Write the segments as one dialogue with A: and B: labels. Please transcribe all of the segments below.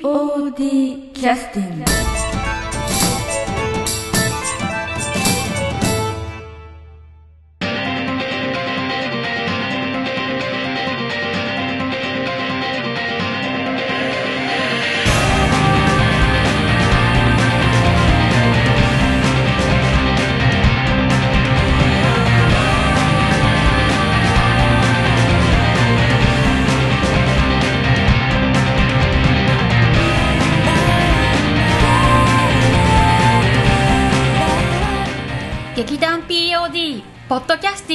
A: POD キャスティング
B: 劇団 POD ポッドキャステ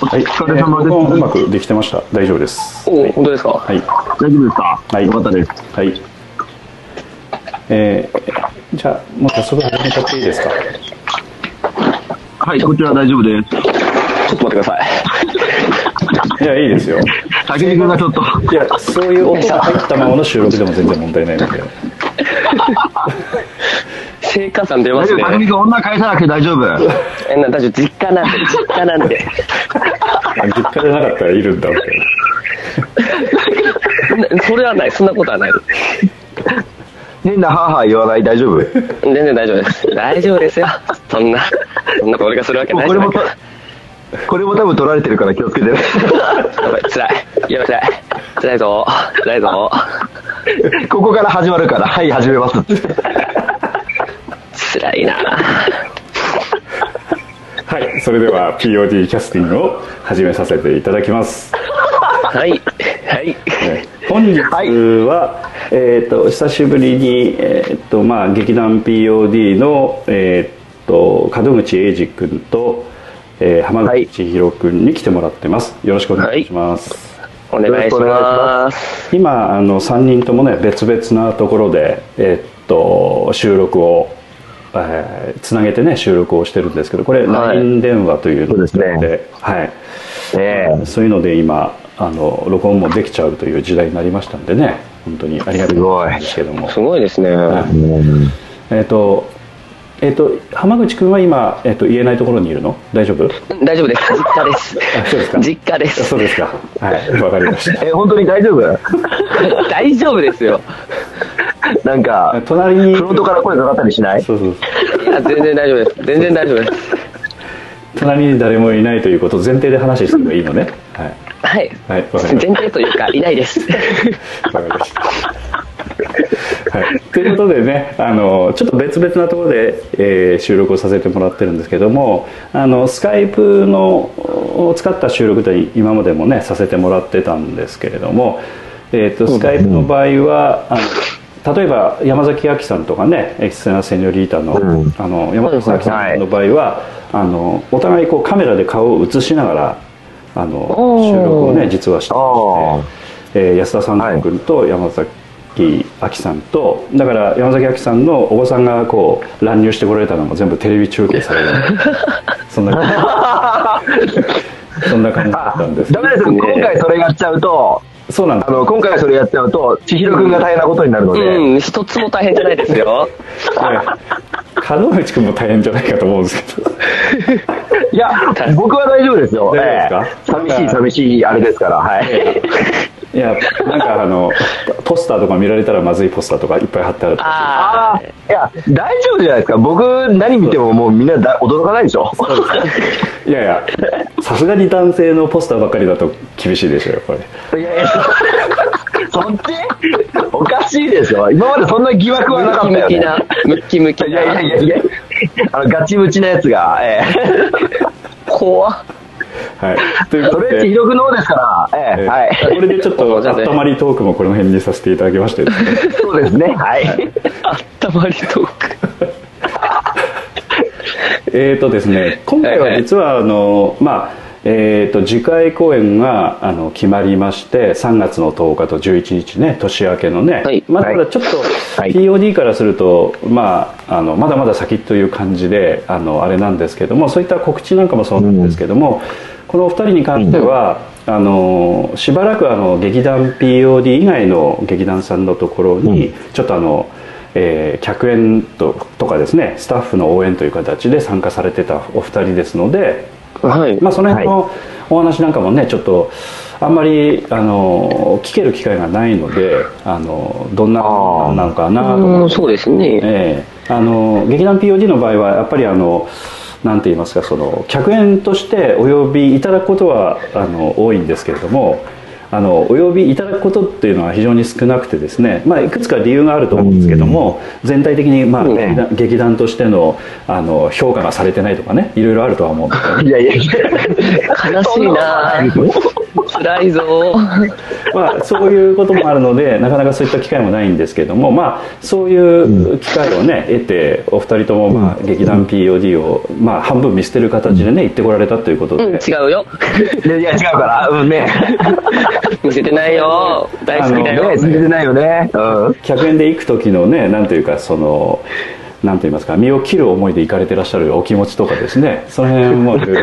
C: はい、お疲
D: れ様です
C: うまくできてました。大丈夫です。
D: おお、本当ですか。は
C: はい、
E: 大丈夫ですか
C: はい
E: よかったです。
C: はい。えー、じゃあ、もう早速始めちゃっていいですか。
E: はい、こちら大丈夫です。
D: い、ちょっと待ってください。
C: いや、いいですよ。
E: 竹井君がちょっと、
C: いや、そういう音が入ったままの収録でも全然問題ないので。
D: 生活感出ま
E: 大丈
D: すね
E: 夫、。竹井君女返さなくて大丈夫。
D: え、な、大丈夫、実家なん で、実家なんで。
C: 実家じゃなかったらいるんだろうけど。
D: なそれはない、そんなことはない。
E: 変な母言わない大丈夫。
D: 全然大丈夫です。大丈夫ですよ。そんな、そんなこと俺がするわけない
E: こ
D: じ
E: れ
D: ゃない
E: もと、これも多分取られてるから気をつけてね。
D: やばい、辛い。やばい、辛い。辛いぞ。辛いぞ。
E: ここから始まるから、はい、始めますって。
D: 辛いな。
C: はい、それでは POD キャスティングを始めさせていただきます。
D: はい。はい。
C: えー本日は、えー、と久しぶりに、えーとまあ、劇団 POD の、えー、と門口英二君と、えー浜
D: はい
C: 口千尋君に来てもらってます、よろしくお願いします、
D: お願いし
E: よろしくお願
D: ます。
C: 今あの3人ともね別々なところで、えー、と収録をえーつなげてね収録をしてるんですけどこれ
D: はい
C: LINE 電話というの
E: そうです
C: はい
E: ねえ
C: そういうので今あの録音もできちゃうという時代になりましたんでね本当にありがたいですけども
D: すごいですね。
C: はいえっ、とえっ、と浜口君は今、えっと言えないところにいるの大丈 夫
D: 大丈夫です。実家です
C: あそうですか。
D: 実家です。
C: そうですかはいわかり ました
E: え、本当に大丈夫
D: 大丈夫ですよ。
E: なんか、
C: 隣に
E: フロントから声かかったりしない
C: そうそう
D: いや、全然大丈夫です。全然大丈夫です。
C: 隣に誰もいないということを前提で話すればいいのねはい
D: はい。
C: はいわかりました
D: 前提というか、いないです。
C: わかりました。はい、 ということでねあのちょっと別々なところで、えー収録をさせてもらってるんですけどもあのスカイプのを使った収録で今までもねさせてもらってたんですけれども、えー、とスカイプの場合はあの例えば山崎亜紀さんとかねエキスナ・セニョリータの,、
E: うん
C: あの山崎亜紀さんの場合は、あのお互いこうカメラで顔を映しながらあの
D: おー
C: 収録をね実はしてまして
E: あ。
C: えー安田三郎君と山崎亜紀さんと、だから山崎亜紀さんのお子さんがこう乱入してこられたのも全部テレビ中継される そんな感じそんな感じだったんです
E: ダメですよ、今回それやっちゃうと、
C: そうなんで
E: あの、今回それやっちゃうと、千尋君が大変なことになるので、
D: うん、一つも大変じゃないですよ。
C: す、はい、門口君も大変じゃないかと思うんですけど
E: いや、僕は大丈夫ですよ。
C: 大丈夫ですか
E: ええ寂しい寂しいあれですから、はい。
C: いやなんかあのポスターとか見られたらまずいポスターとかいっぱい貼ってあるとか
D: あ
E: ああ、いや、大丈夫じゃないですか。僕、何見てももうみんなだ驚かないでしょ。
C: いやいやさすがに男性のポスターばっかりだと厳しいでしょうよこ れ
E: いやいや、そっちおかしいでしょ。今までそんな疑惑はな
D: あ、
E: か
D: ム
E: った
D: キ
E: よ、
D: ムキ
E: ね。
D: な、ムキムキ
E: いやいやい
D: な、
E: やいや、あのガチムチなやつが、え
D: 怖っ
C: はいとい
E: え
C: うこ
E: そ
C: と
E: れ
C: で
E: 千尋くの方ですから、ええ
C: えー
E: はい。
C: これでちょっと
D: そうですね
C: 温まりトークもこの辺にさせていただきまして、
E: そうですね、はい。
D: あったまりトーク。
C: えーとですね、今回は実はあの、まあえー、と次回公演があの決まりまして3月の10日と11日ね年明けのね、
D: はい
C: まあ、た
E: は
C: だ
E: い
C: ちょっと
E: はい
C: POD からすると、まあ、あのまだまだ先という感じであのあれなんですけどもそういった告知なんかもそうなんですけども、このお二人に関しては、あのしばらくあの劇団 POD 以外の劇団さんのところに、ちょっとあの。えー客演ととかですねスタッフの応援という形で参加されてたお二人ですので、
D: はい。
C: まあ、その辺のお話なんかもねちょっとあんまりあの聞ける機会がないのであのどんな
E: あー
C: なのかなと
D: う
C: 思
D: ん
C: って、
D: そうですね。
C: ええあの劇団 POD の場合はやっぱりあのなんて言いますかその客演としてお呼びいただくことはあの多いんですけれどもあのお呼びいただくことっていうのは非常に少なくてですね、まあ、いくつか理由があると思うんですけども全体的に、まあ
D: うん
C: 劇団劇団としてのあの評価がされてないとかねいろいろあるとは思うんですけど
E: いやいやいや。
D: 悲しいな 辛いぞ
C: まあ、そういうこともあるのでなかなかそういった機会もないんですけども、まあ、そういう機会を、ね、得てお二人とも、まあ、劇団 POD を、まあ、半分見捨てる形で、ね、行ってこられたということで、
D: うん、違うよ。
E: いやいや、違うから。うん ね。
D: 見せてないよ大好きだよ
E: ね、。全然ないよね。うん。
C: 100円で行く時のねなんというかその。なんと言いますか身を切る思いで行かれてらっしゃるお気持ちとかですねその辺もいろいろ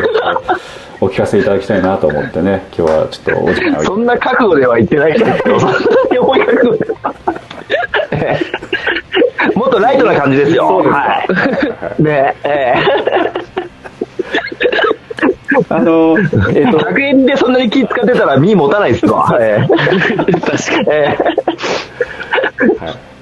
C: お聞かせいただきたいなと思ってね今日はちょっとお時間をいただき
E: そんな覚悟では言ってないけど、そんなに重い覚悟ではええ もっとライトな感じですよ。
C: そうですか
E: はい。ねえ、え
C: あの、えっ
E: え。
C: と
E: 100円でそんなに気使ってたら身持たないっすわ。ええ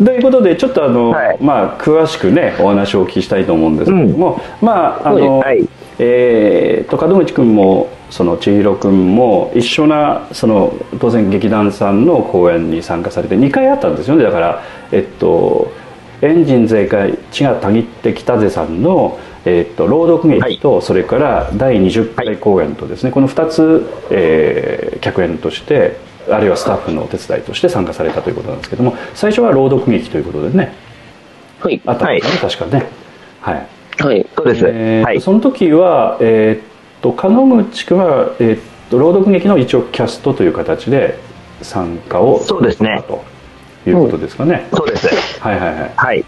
E: え
C: ということでちょっとあの、
E: はい
C: まあ、詳しくねお話をお聞きしたいと思うんですけども、まああの、
E: そうです
C: えーと門口君もその千尋君も一緒なその当然劇団さんの公演に参加されて2回あったんですよねだからえっと「エンジン全開血がたぎってきたぜ」さんの、えっと、朗読劇と、それから第20回公演とですね、この2つ、えー客演としてあるいはスタッフのお手伝いとして参加されたということなんですけども最初は朗読劇ということでね
D: はい。
C: あったんですね、確かねはい
D: はい。
E: そうです。
C: えー
E: はい。
C: その時は、えーっと門口君は、えーっと朗読劇の一応キャストという形で参加を
E: そうですね
C: ということですかね、
E: そうです。
C: はいはいはい
E: はい。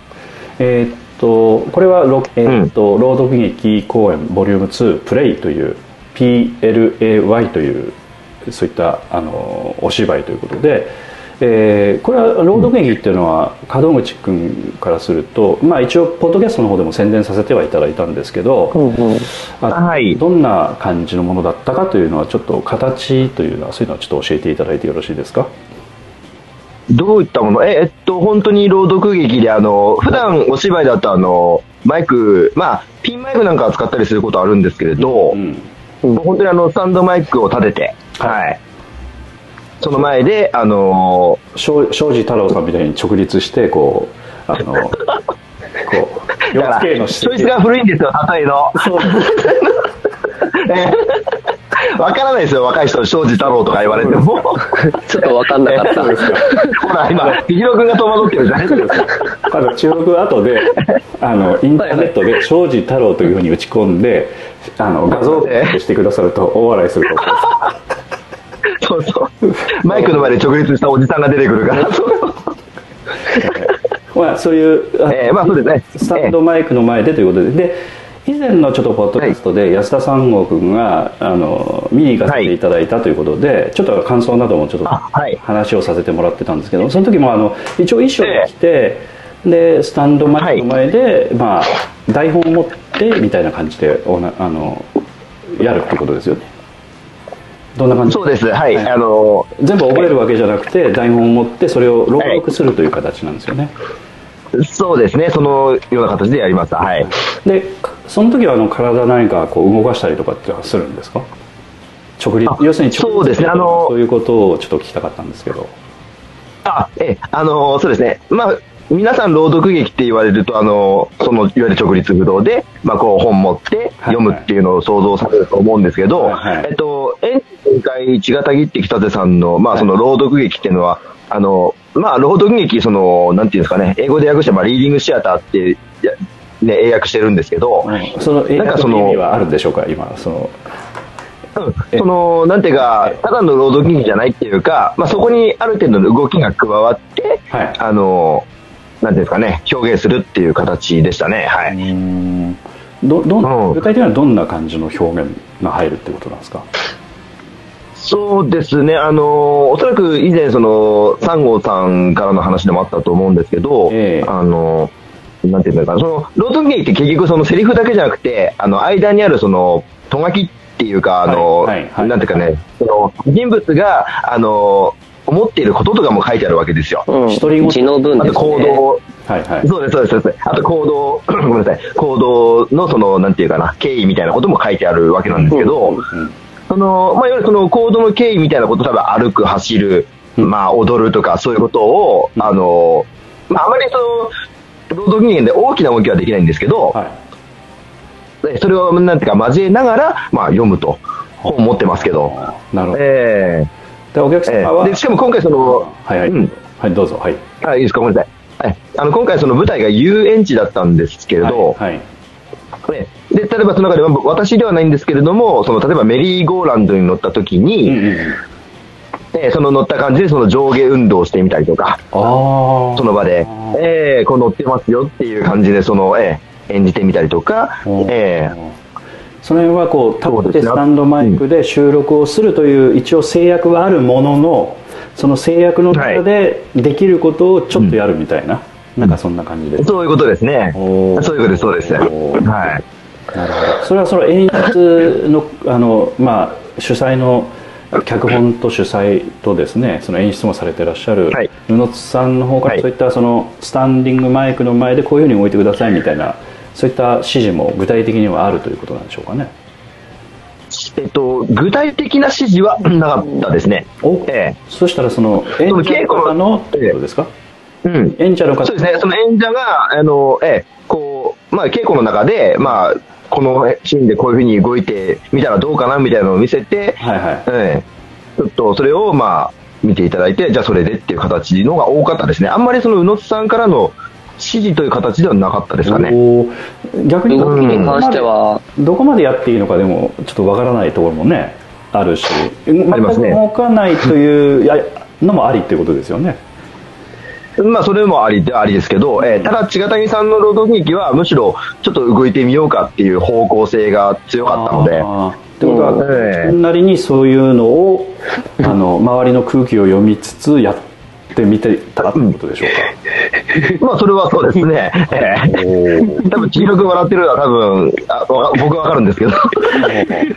C: えーっとこれはろ、えーっと朗読劇公演ボリューム2プレイという PLAY というそういったあのお芝居ということで、えーこれは朗読劇っていうのは門口君からすると、まあ、一応ポッドキャストの方でも宣伝させてはいただいたんですけど、あ
E: はい
C: どんな感じのものだったかというのはちょっと形というのはそういうのはちょっと教えていただいてよろしいですか
E: どういったものえ、えっと、本当に朗読劇で、あの、普段お芝居だと、あの、マイク、まあ、ピンマイクなんかは使ったりすることあるんですけれど、
C: ん
E: 本当にあの、スタンドマイクを立てて、はい。その前で、あの
C: 庄庄司太郎さんみたいに直立してこうあのこう
E: だから、チ
C: 4K の
E: ョイ
C: 姿
E: ス
C: 勢
E: が古いんですよ、例えの。えわからないですよ、若い人、庄司太郎とか言われても。
D: ちょっとわかんなかった。
C: そうですか
E: ほら、今、ひじろくんが戸惑ってるじゃないですか。
C: あの中国後であのインターネットで庄司太郎というふうに打ち込んであの画像を検索してくださると大笑いすると思います
E: そうそう。マイクの前で直立したおじさんが出てくるから。
C: まあ、そういうあ
E: えーまあそうですね
C: スタンドマイクの前でということで、で以前のちょっとポッドキャストで安田三郷君があの見に行かせていただいたということで、ちょっと感想などもちょっと
E: あはい
C: 話をさせてもらってたんですけど、その時もあの一応衣装を着て、でスタンドマイクの前で、まあ、台本を持ってみたいな感じでおなあのやるってことですよねどんな感じ
E: そうです、はい。あの、
C: 全部覚えるわけじゃなくて台本を持ってそれを朗読するという形なんですよね、
E: そうですね、そのような形でやりました。はい。
C: でかその時はあの体何かこう動かしたりとかってのはするんですか直立
E: あ
C: 要するに直立
E: そうですねあの
C: そういうことをちょっと聞きたかったんですけど
E: あ、ええ、あのそうですね。まあ、皆さん朗読劇って言われると、あのその、いわゆる直立不動で、まあ、こう、本持って
C: はい
E: 読むっていうのを想像されると思うんですけど、
C: はいはい
E: えっと、演ン会千形切ってきたてさんの、まあ、その朗読劇っていうのは、あのまあ、朗読劇、その、なんていうんですかね、英語で訳して、まあ、リーディングシアターって、やね、英訳してるんですけど、
C: その英
E: なんか
C: 訳
E: そ
C: の
E: の
C: 意味はあるんでしょうか今その
E: うん、その、なんていうか、ただの労働劇じゃないっていうか、まあ、そこにある程度の動きが加わって、
C: はい
E: あの、なんていうんですかね、表現するっていう形でしたね。は
C: う
E: い。
C: ーんどど
E: うんん
C: 具体的にはどんな感じの表現が入るってことなんですか
E: そうですね、あの、おそらく以前、その、三号さんからの話でもあったと思うんですけど、
C: ええ
E: あの、なんていうんだろうな、その、労働劇って結局、その、セリフだけじゃなくて、あの、間にある、その、とがきっていうか、あの、
C: はいはいはい
E: なんていうかね、その、人物が、あの、思っていることとかも書いてあるわけですよ。
D: うん。
C: 独り言
D: 字の文
E: あ
D: で
E: と
D: すね。
E: 行動、
C: はいはい
E: そうです、そうです、そうです。あと行動、 ごめんなさい、行動のその、なんていうかな、経緯みたいなことも書いてあるわけなんですけど、
C: うん
E: その、まあ、いわゆるその行動の経緯みたいなこと、多分歩く、走る、
C: うん
E: まあ、踊るとか、そういうことを、あの、まあ、あまりその、労働人間で大きな動きはできないんですけど、
C: はい
E: それを、なんていうか、交えながら、まあ、読むと、本を持ってますけど、
C: なるほど、
E: ええ
C: でお客
E: ええ
C: 様は、
E: で、しかも今回その、
C: はいはい、
E: うん
C: はいどうぞはい
E: あ、いいですか、ごめんなさい。はい、あの今回、その舞台が遊園地だったんですけれど、
C: はいはい
E: ねで例えばその中で、まあ私ではないんですけれども、その例えばメリーゴーランドに乗った時に、
C: うんうんうん
E: えーその乗った感じでその上下運動をしてみたりとか、
C: ああ
E: その場で、えーこう乗ってますよっていう感じで、その、えー演じてみたりとか、えー
C: その辺はこう立
E: そ
C: っ
E: う
C: て
E: ですね
C: スタンドマイクで収録をするという一応制約はあるもののその制約の中でできることをちょっとやるみたいな、なんかそんな感じです
E: そういうことですね。
C: おー
E: そういうことです、そうです。
C: おー
E: はい。
C: なるほどそれはその演 出のあの、まあ、主催の脚本と主催とですねその演出もされてらっしゃる
E: はい
C: 布津さんの方か
E: は
C: ら
E: い
C: そういったそのスタンディングマイクの前でこういうふうに動いてくださいみたいなそういった指示も具体的にはあるということなんでしょうかね。
E: えっと、具体的な指示はなかったですね。
C: お
E: え
C: そしたらその演
E: も
C: 者の方のってことですか
E: ーうん。
C: 演者の方
E: そうですね、その演者が、あの、えーこう、まあ、稽古の中で、まあ、このシーンでこういうふうに動いてみたらどうかなみたいなのを見せて、
C: はいはい
E: ええ、ちょっとそれをまあ見ていただいて、じゃあそれでっていう形のが多かったですね。あんまりその宇野津さんからの指示という形ではなかったですかね。
C: おー逆に
E: 動きに関
D: しては
C: どこまでやっていいのかでもちょっとわからないところもねあるし全
E: あります
C: く
E: ね
C: 動かないというやのもありっていうことですよね
E: まあそれもありでありですけど、ええただ、千賀谷さんの労働劇はむしろちょっと動いてみようかっていう方向性が強かったので、
C: あーってことは
E: うんええ
C: 自分なりにそういうのをあの周りの空気を読みつつやってみてたらってことでしょ う
E: まあそれはそうですね。え
C: か、
E: え 多分、千尋君笑ってるのは多分、あわか 僕はわかるんですけど。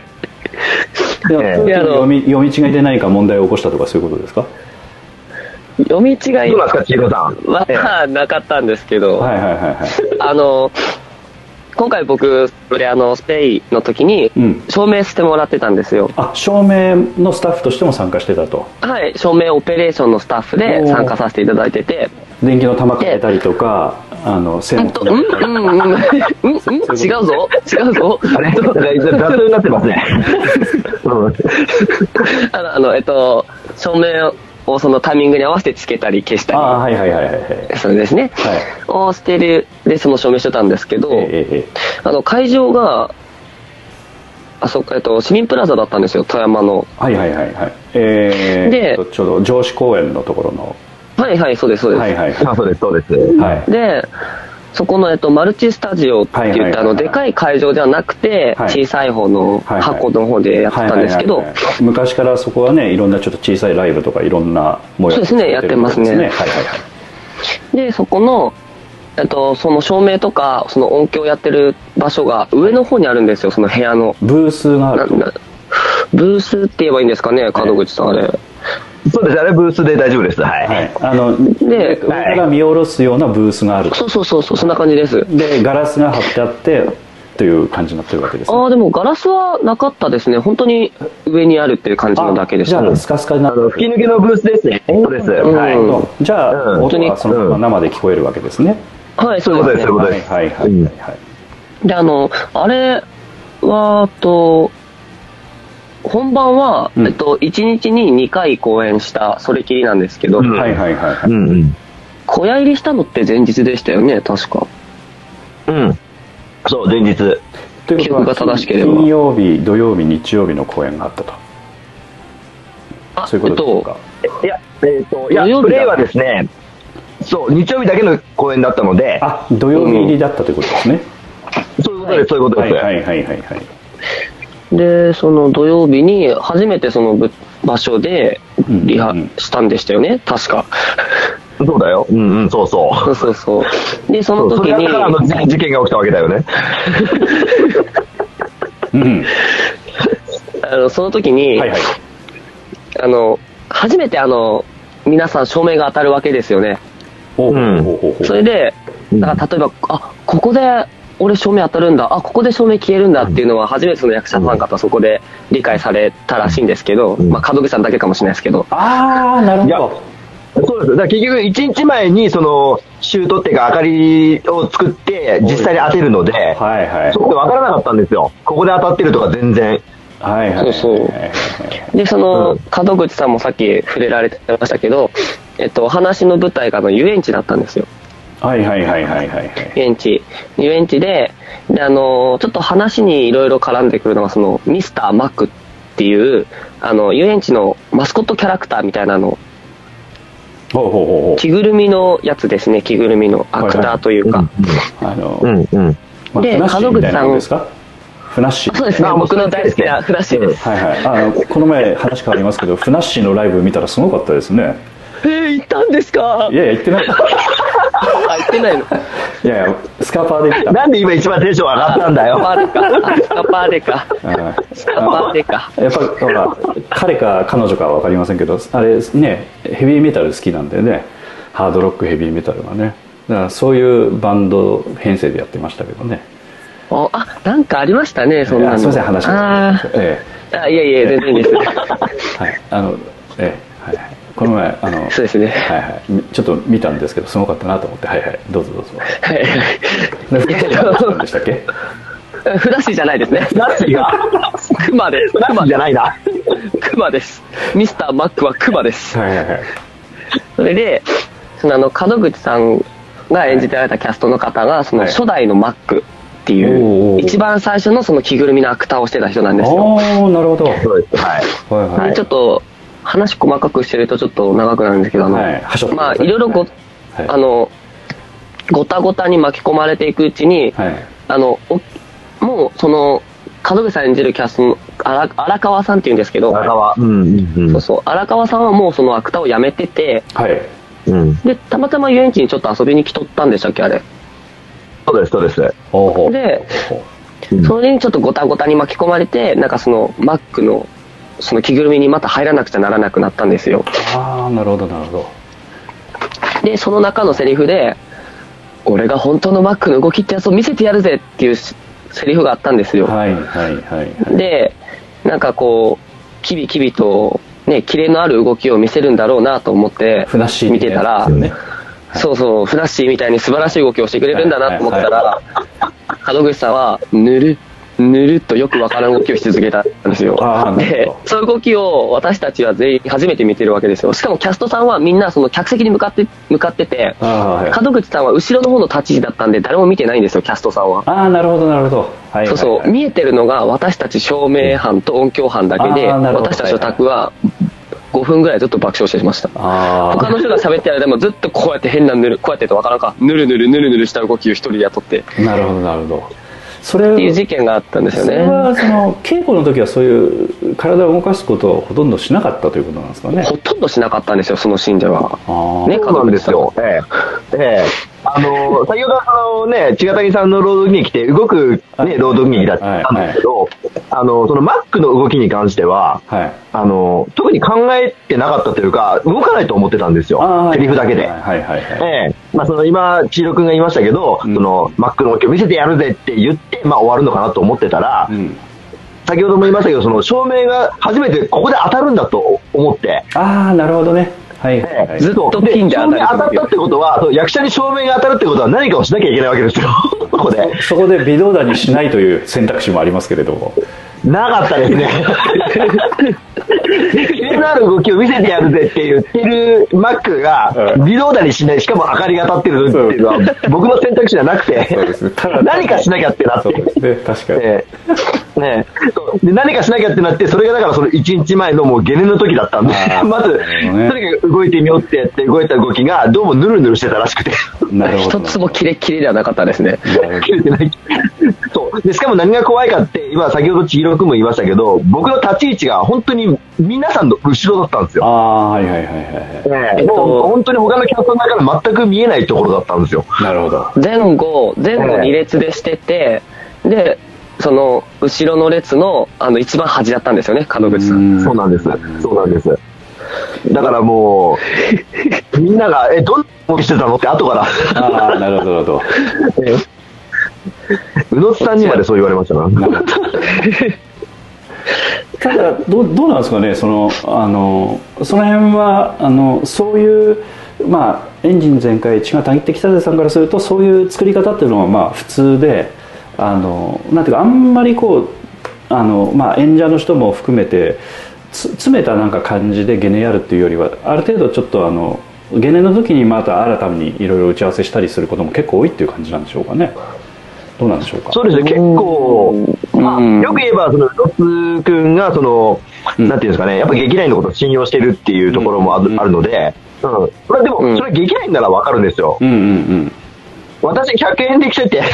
E: ええ
C: でも空気の読み読み違いで何か問題を起こしたとかそういうことですか
D: 読み違い
E: どうなんですか、千尋さん。
D: はなかったんですけど、
C: はいはいはいはい
D: あの、今回僕、それあの、スペインの時に
C: うん、
D: 証明してもらってたんですよ。
C: あ照明のスタッフとしても参加してたと
D: はい、照明オペレーションのスタッフで参加させていただいてて、
C: 電気の玉かけたりとかあの線
D: うん
C: を
D: と、うん、うん、 うん、うん、うん、違うぞ、違うぞ。
E: あれ 雑になってます ね。うん
D: あの、あのえっと、照明をそのタイミングに合わせてつけたり消し
C: ああ
D: た
C: はいはいはいはいはい
D: り、それですね、
C: はい
D: をしてる、で、その証明してたんですけど、
C: えええ
D: あの、会場が、あそこ、えっと、市民プラザだったんですよ、富山の。
C: えはいはいはいはいえー、
D: で
C: えっとちょうど上司公園のところの
D: はいはい、そうです、そうです。
C: はいはい
E: あそうです、そうです。
C: はい
D: で、そこの、えっと、マルチスタジオって言って、
C: はいはいはいはい
D: あの、でかい会場ではなくて、
C: はい
D: 小さい方の
C: はいはい
D: 箱の方でやってたんですけ
C: は
D: ど
C: いは、いはいはい昔からそこはねいろんなちょっと小さいライブとかいろんな模
D: そうですね
C: はいは
D: や
C: い
D: って
C: はい
D: で、そこの、えっと、その照明とか、その音響やってる場所が上の方にあるんですよ、その部屋の。
C: ブースがあ
D: な
C: ると
D: なブースって言えばいいんですかね、門口さん、あれ。
E: そうです、あれブースで大丈夫です。はい。
C: はいあの上
D: で
C: から見下ろすようなブースがあると
D: そうそうそうそう、そんな感じです。
C: でガラスが張ってあってという感じになってるわけですね
D: ああ、でもガラスはなかったですね。本当に上にあるっていう感じのだけでし
C: じ
D: た。
C: ゃあスカスカにな
E: あの
C: る
E: 吹き抜けのブースですね。そうです。
D: ん
E: はい。
D: うん
E: そ
C: じゃあ、
E: うん
C: 音がそのまま生で聞こえるわけですね、
D: はい、そうう
E: いうこと
D: で
E: です、
D: す
E: そういう
D: ね。
E: こと
C: は
E: で
C: い
E: す。
C: はいはいはいはい
D: で、あの、あれは、と、本番は、
C: うん
D: えっと、1日に2回公演した、それきりなんですけど、
E: うん
C: はいはいはいは
E: う
C: い
E: んうん。
D: 小屋入りしたのって前日でしたよね、確か。
E: うん。そう、前日。
C: という
D: 記
C: こ
D: 憶が
C: とは
D: 正しければ
C: 金曜日土曜日日曜日の公演があったと
D: あ
C: そういうことでしょうか、
E: いや、えっ、と、いや
D: 土曜日だ
E: プレイはですね、そう、日曜日だけの公演だったので、
C: あ土曜日入りだったということですね、
E: そういうことです、そういうこと
C: は
E: で
C: い
E: す。
C: はいはいはいはい
D: でその土曜日に初めてそのぶ場所で
C: うん
D: リハ
C: うん
D: したんでしたよね確か
E: そうだよ。うんうん、そうそう。
D: そうそうそうでその
E: そうそ
D: 時
E: れ
D: に
E: からあの事事件が起きたわけだよね。
C: うん
D: あのその時に、
C: はいはい
D: あの初めてあの皆さん照明が当たるわけですよね
C: おう
E: うん
C: ほうほうほう
D: それで
E: うん
D: だから例えば、あここで俺照明当たるんだあここで照明消えるんだっていうのは初めてその役者さん方はそこで理解されたらしいんですけど、
E: ん
D: まあ、門口さんだけかもしれないですけど
C: ああなるほ
E: いや
C: ど
E: そうです。だから結局、1日前に、その、シュートっていうか、明かりを作って、実際に当てるので、
C: はいはい
E: そこで分からなかったんですよ。ここで当たってるとか全然。
C: はいはい
D: そうそうでその門口さんもさっき触れられてましたけど、えっと、お話の舞台があの遊園地だったんですよ
C: はいはいはいはいはいはい
D: 遊園地遊園地でであのちょっと話にいろいろ絡んでくるのがそのミスターマックっていうあの遊園地のマスコットキャラクターみたいなの
C: ほうほうほうほう
D: 着ぐるみのやつですね着ぐるみのアクターというか、
C: あの、
E: うんうん。
C: まあ、
D: で
C: フナッシーみたいなもんですかフナッシー
D: そうですね
E: あ
D: 僕の大好きなフラッシュです、
C: はいはいあのこの前話変わりますけどフナッシーのライブ見たらすごかったですね
D: えー、行ったんですか
C: いやいや行ってない
D: あ行ってないの
C: いやいやスカパーで見た
E: なんで今一番テンション上がったんだ よ。
D: スカパーでかあスカパーでか
C: うん
D: スカパーでか
C: やっぱほら彼か彼女かは分かりませんけどあれねヘビーメタル好きなんでねハードロックヘビーメタルはねだからそういうバンド編成でやってましたけどね
D: おあなんかありましたねそんな
C: あ
D: の
C: すいません話が
D: あ
C: え
D: ーあいやいや全然いいです
C: えはいあのええはいはいこの前あの
D: そうですね
C: はいはいみ、ちょっと見たんですけどすごかったなと思ってはいはいどうぞどうぞ
D: はい
C: でフラッシュはどうしたんでしたっけ
D: フラッシュじゃないですね
E: ラッシーが、
D: クマです
E: ラッシーじゃないな。
D: クマですミスターマックはクマです
C: はいはいはい
D: それでそのあの門口さんが演じてられたキャストの方がその
C: はい
D: 初代のマックって
C: おー
D: い
C: お
D: う
C: ー
D: 一番最初のその着ぐるみのアクターをしてた人なんですよ
C: ああなるほどはい
E: そうです。はい。
C: は
D: で
C: い
D: ちょっと話細かくしてるとちょっと長くなるんですけどあの、
C: はいはしょってくだ
D: ま
C: さ
D: あ
C: い
D: いろいろご、
C: はい
D: あのごたごたに巻き込まれていくうちに、
C: はい
D: あのおもうその門口さん演じるキャストの荒荒川さんっていうんですけど、
E: 荒川。うんうん
D: そうそう荒川さんはもうそのアクターを辞めてて
C: はい
E: うん。うん。
D: でたまたま遊園地にちょっと遊びに来とったんでしたっけあれ
E: そうです、そうです。
C: おうほう
D: で
C: ほう
E: うん
D: それにちょっとごたごたに巻き込まれてなんかそのマックのその着ぐるみにまた入らなくちゃならなくなったんですよ
C: ああなるほどなるほど
D: でその中のセリフで「俺が本当のマックの動きってやつを見せてやるぜ」っていうしセリフがあったんですよ、
C: はいはいはいはい
D: でなんかこうキビキビとねキレのある動きを見せるんだろうなと思って
C: ふなっしー
D: 見
C: みた
D: て
C: いな
D: た
C: や
D: ら、
C: つですよね
D: そうそうフラッシーみたいに素晴らしい動きをしてくれるんだなと思ったら、
C: は
D: 門口さんはぬるぬるっとよくわからん動きをし続けたんですよ
C: あーなる
D: で
C: ほど
D: その動きを私たちは全員初めて見てるわけですよしかもキャストさんはみんなその客席に向かって向かってて
C: ああはい
D: 門口さんは後ろの方の立ち位置だったんで誰も見てないんですよキャストさんは
C: ああなるほどなるほどはいはいはい
D: そうそう、見えてるのが私たち照明班と音響班だけで、
C: あーなるほど
D: 私たちの宅は5分ぐらいずっと爆笑してました。
C: あ
D: 他の人が喋ってる間もずっとこうやって変なぬる、こうやってとわからんか、ぬるぬるぬるぬるした動きを一人で雇ってっ
C: あなるほどなるほどそれ
D: ていう事件があったんですよ
C: それ
D: ね。
C: はその稽古の時はそういう体を動かすことをほとんどしなかったということなんですかね
D: ほとんどしなかったんですよ、その信者は。
C: ああ、
D: ね
E: そうなんですよ。ええ。ええ。あの、先ほどあのね、千賀谷さんの朗読劇って動く
C: はい
E: ね、朗読劇だったんですけど、あの、そのマックの動きに関しては、
C: はい
E: あの、特に考えてなかったというか、動かないと思ってたんです
C: ああ
E: よ。
C: はい
E: セリフだけで。
C: はいはいはい、はい
E: ええ、まあその今、千尋くんが言いましたけど、
C: うん
E: そのマックの動きを見せてやるぜって言って、まあ終わるのかなと思ってたら、
C: うん、
E: 先ほども言いましたけど、その照明が初めてここで当たるんだと思って、
C: ああなるほどねはいはい、はい
D: ずっとピンで
E: 照明
D: 当たり
E: 当たったってことは、そう役者に照明が当たるってことは何かを しなきゃいけないわけですよ、ここで。
C: そこで微動だにしないという選択肢もありますけれども
E: なかったですね。キレのある動きを見せてやるぜって言ってるマックが、
C: うん
E: 微動だにしない、しかも明かりが立ってるっていうのは、僕の選択肢じゃなく
C: そうですね
E: て
C: ただ、
E: 何かしなきゃってなっ
C: そう
E: て。
C: ですね確かに、
E: ねえねえそうで何かしなきゃってなって、それがだからその1日前のもうゲネの時だったんで
C: あ、ー
E: まず、
C: なるほどね
E: とにかく動いてみようってやって、動いた動きがどうもヌルヌルしてたらしくて。
C: なるほど
D: 一つもキレッキレではなかったですね。
C: なる
E: 切れてない。 そう。で、しかも何が怖いかって、今先ほど千尋くんも言いましたけど、僕の立ち位置が本当に皆さんの後ろだったんです
C: あ
E: よ。
C: あはいはいはいはい
E: ええもう本当に他のキャストの中から全く見えないところだったんですよ。
C: なるほど
D: 前後、前後2列でしてて、で、その、後ろの列の、あの、一番端だったんですよね、門口さ ん。
E: そうなんです。そうなんです。だからもう、みんなが、え、どんな動きしてたのって後から、
C: ああなるほどなるほど
E: 宇野津さんにまでそう言われましたから。
C: た だどうどうなんですかねそのあのその辺はあのそういうまあエンジン全開血がたぎってきたぜさんからするとそういう作り方っていうのはまあ普通であのなんていうかあんまりこうあの、まあ、演者の人も含めてつ詰めたなんか感じでゲネやるっていうよりはある程度ちょっとあのゲネの時にまた新たにいろいろ打ち合わせしたりすることも結構多いっていう感じなんでしょうかねどうなんでしょうか
E: そうですね、結構、まあ、
D: うん
E: よく言えば、その、ロス君が、その、
C: うん
E: なんていうんですかね、やっぱ劇団員のことを信用してるっていうところもあ,、
C: うん
E: あるので、うん。それはでも、
D: うん
E: それは劇団員ならわかるんですよ。
C: うんうん
E: 私、100円で来てて、
C: いは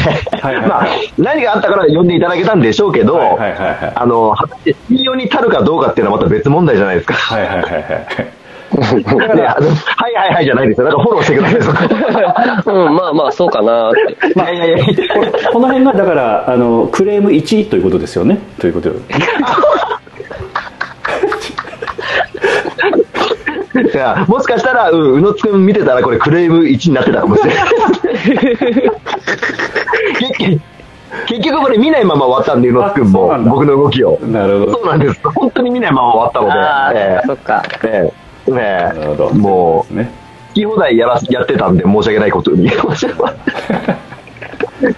C: い
E: まあ、何があったから呼んでいただけたんでしょうけど、
C: はいはいはいはい
E: あの、果たして信用に足るかどうかっていうのはまた別問題じゃないですか。
C: はいはいはいはい
E: ねあのはいはいはいじゃないですよ。だからフォローしてくださいそこ。
D: うん、まあまあ、そうかなって。
E: いやいやいや。
C: これこの辺がだからあのクレーム1ということですよねということで
E: いやもしかしたら、うん、宇野津くん見てたら、これクレーム1になってたかもしれない。結結局これ見ないまま終わったんで、宇野津くん
C: あそうな
E: も
C: ん、だ
E: 僕の動きを。
C: なるほ
E: そうなんです。本当に見ないまま終わ
D: あ
E: っ
D: あ、
E: た
D: そ
E: の
D: っか。
E: で、ええ、ね
C: なるほど
E: え、もう、
C: うね
E: 好き放題やらやってたんで、申し訳ないことに。そう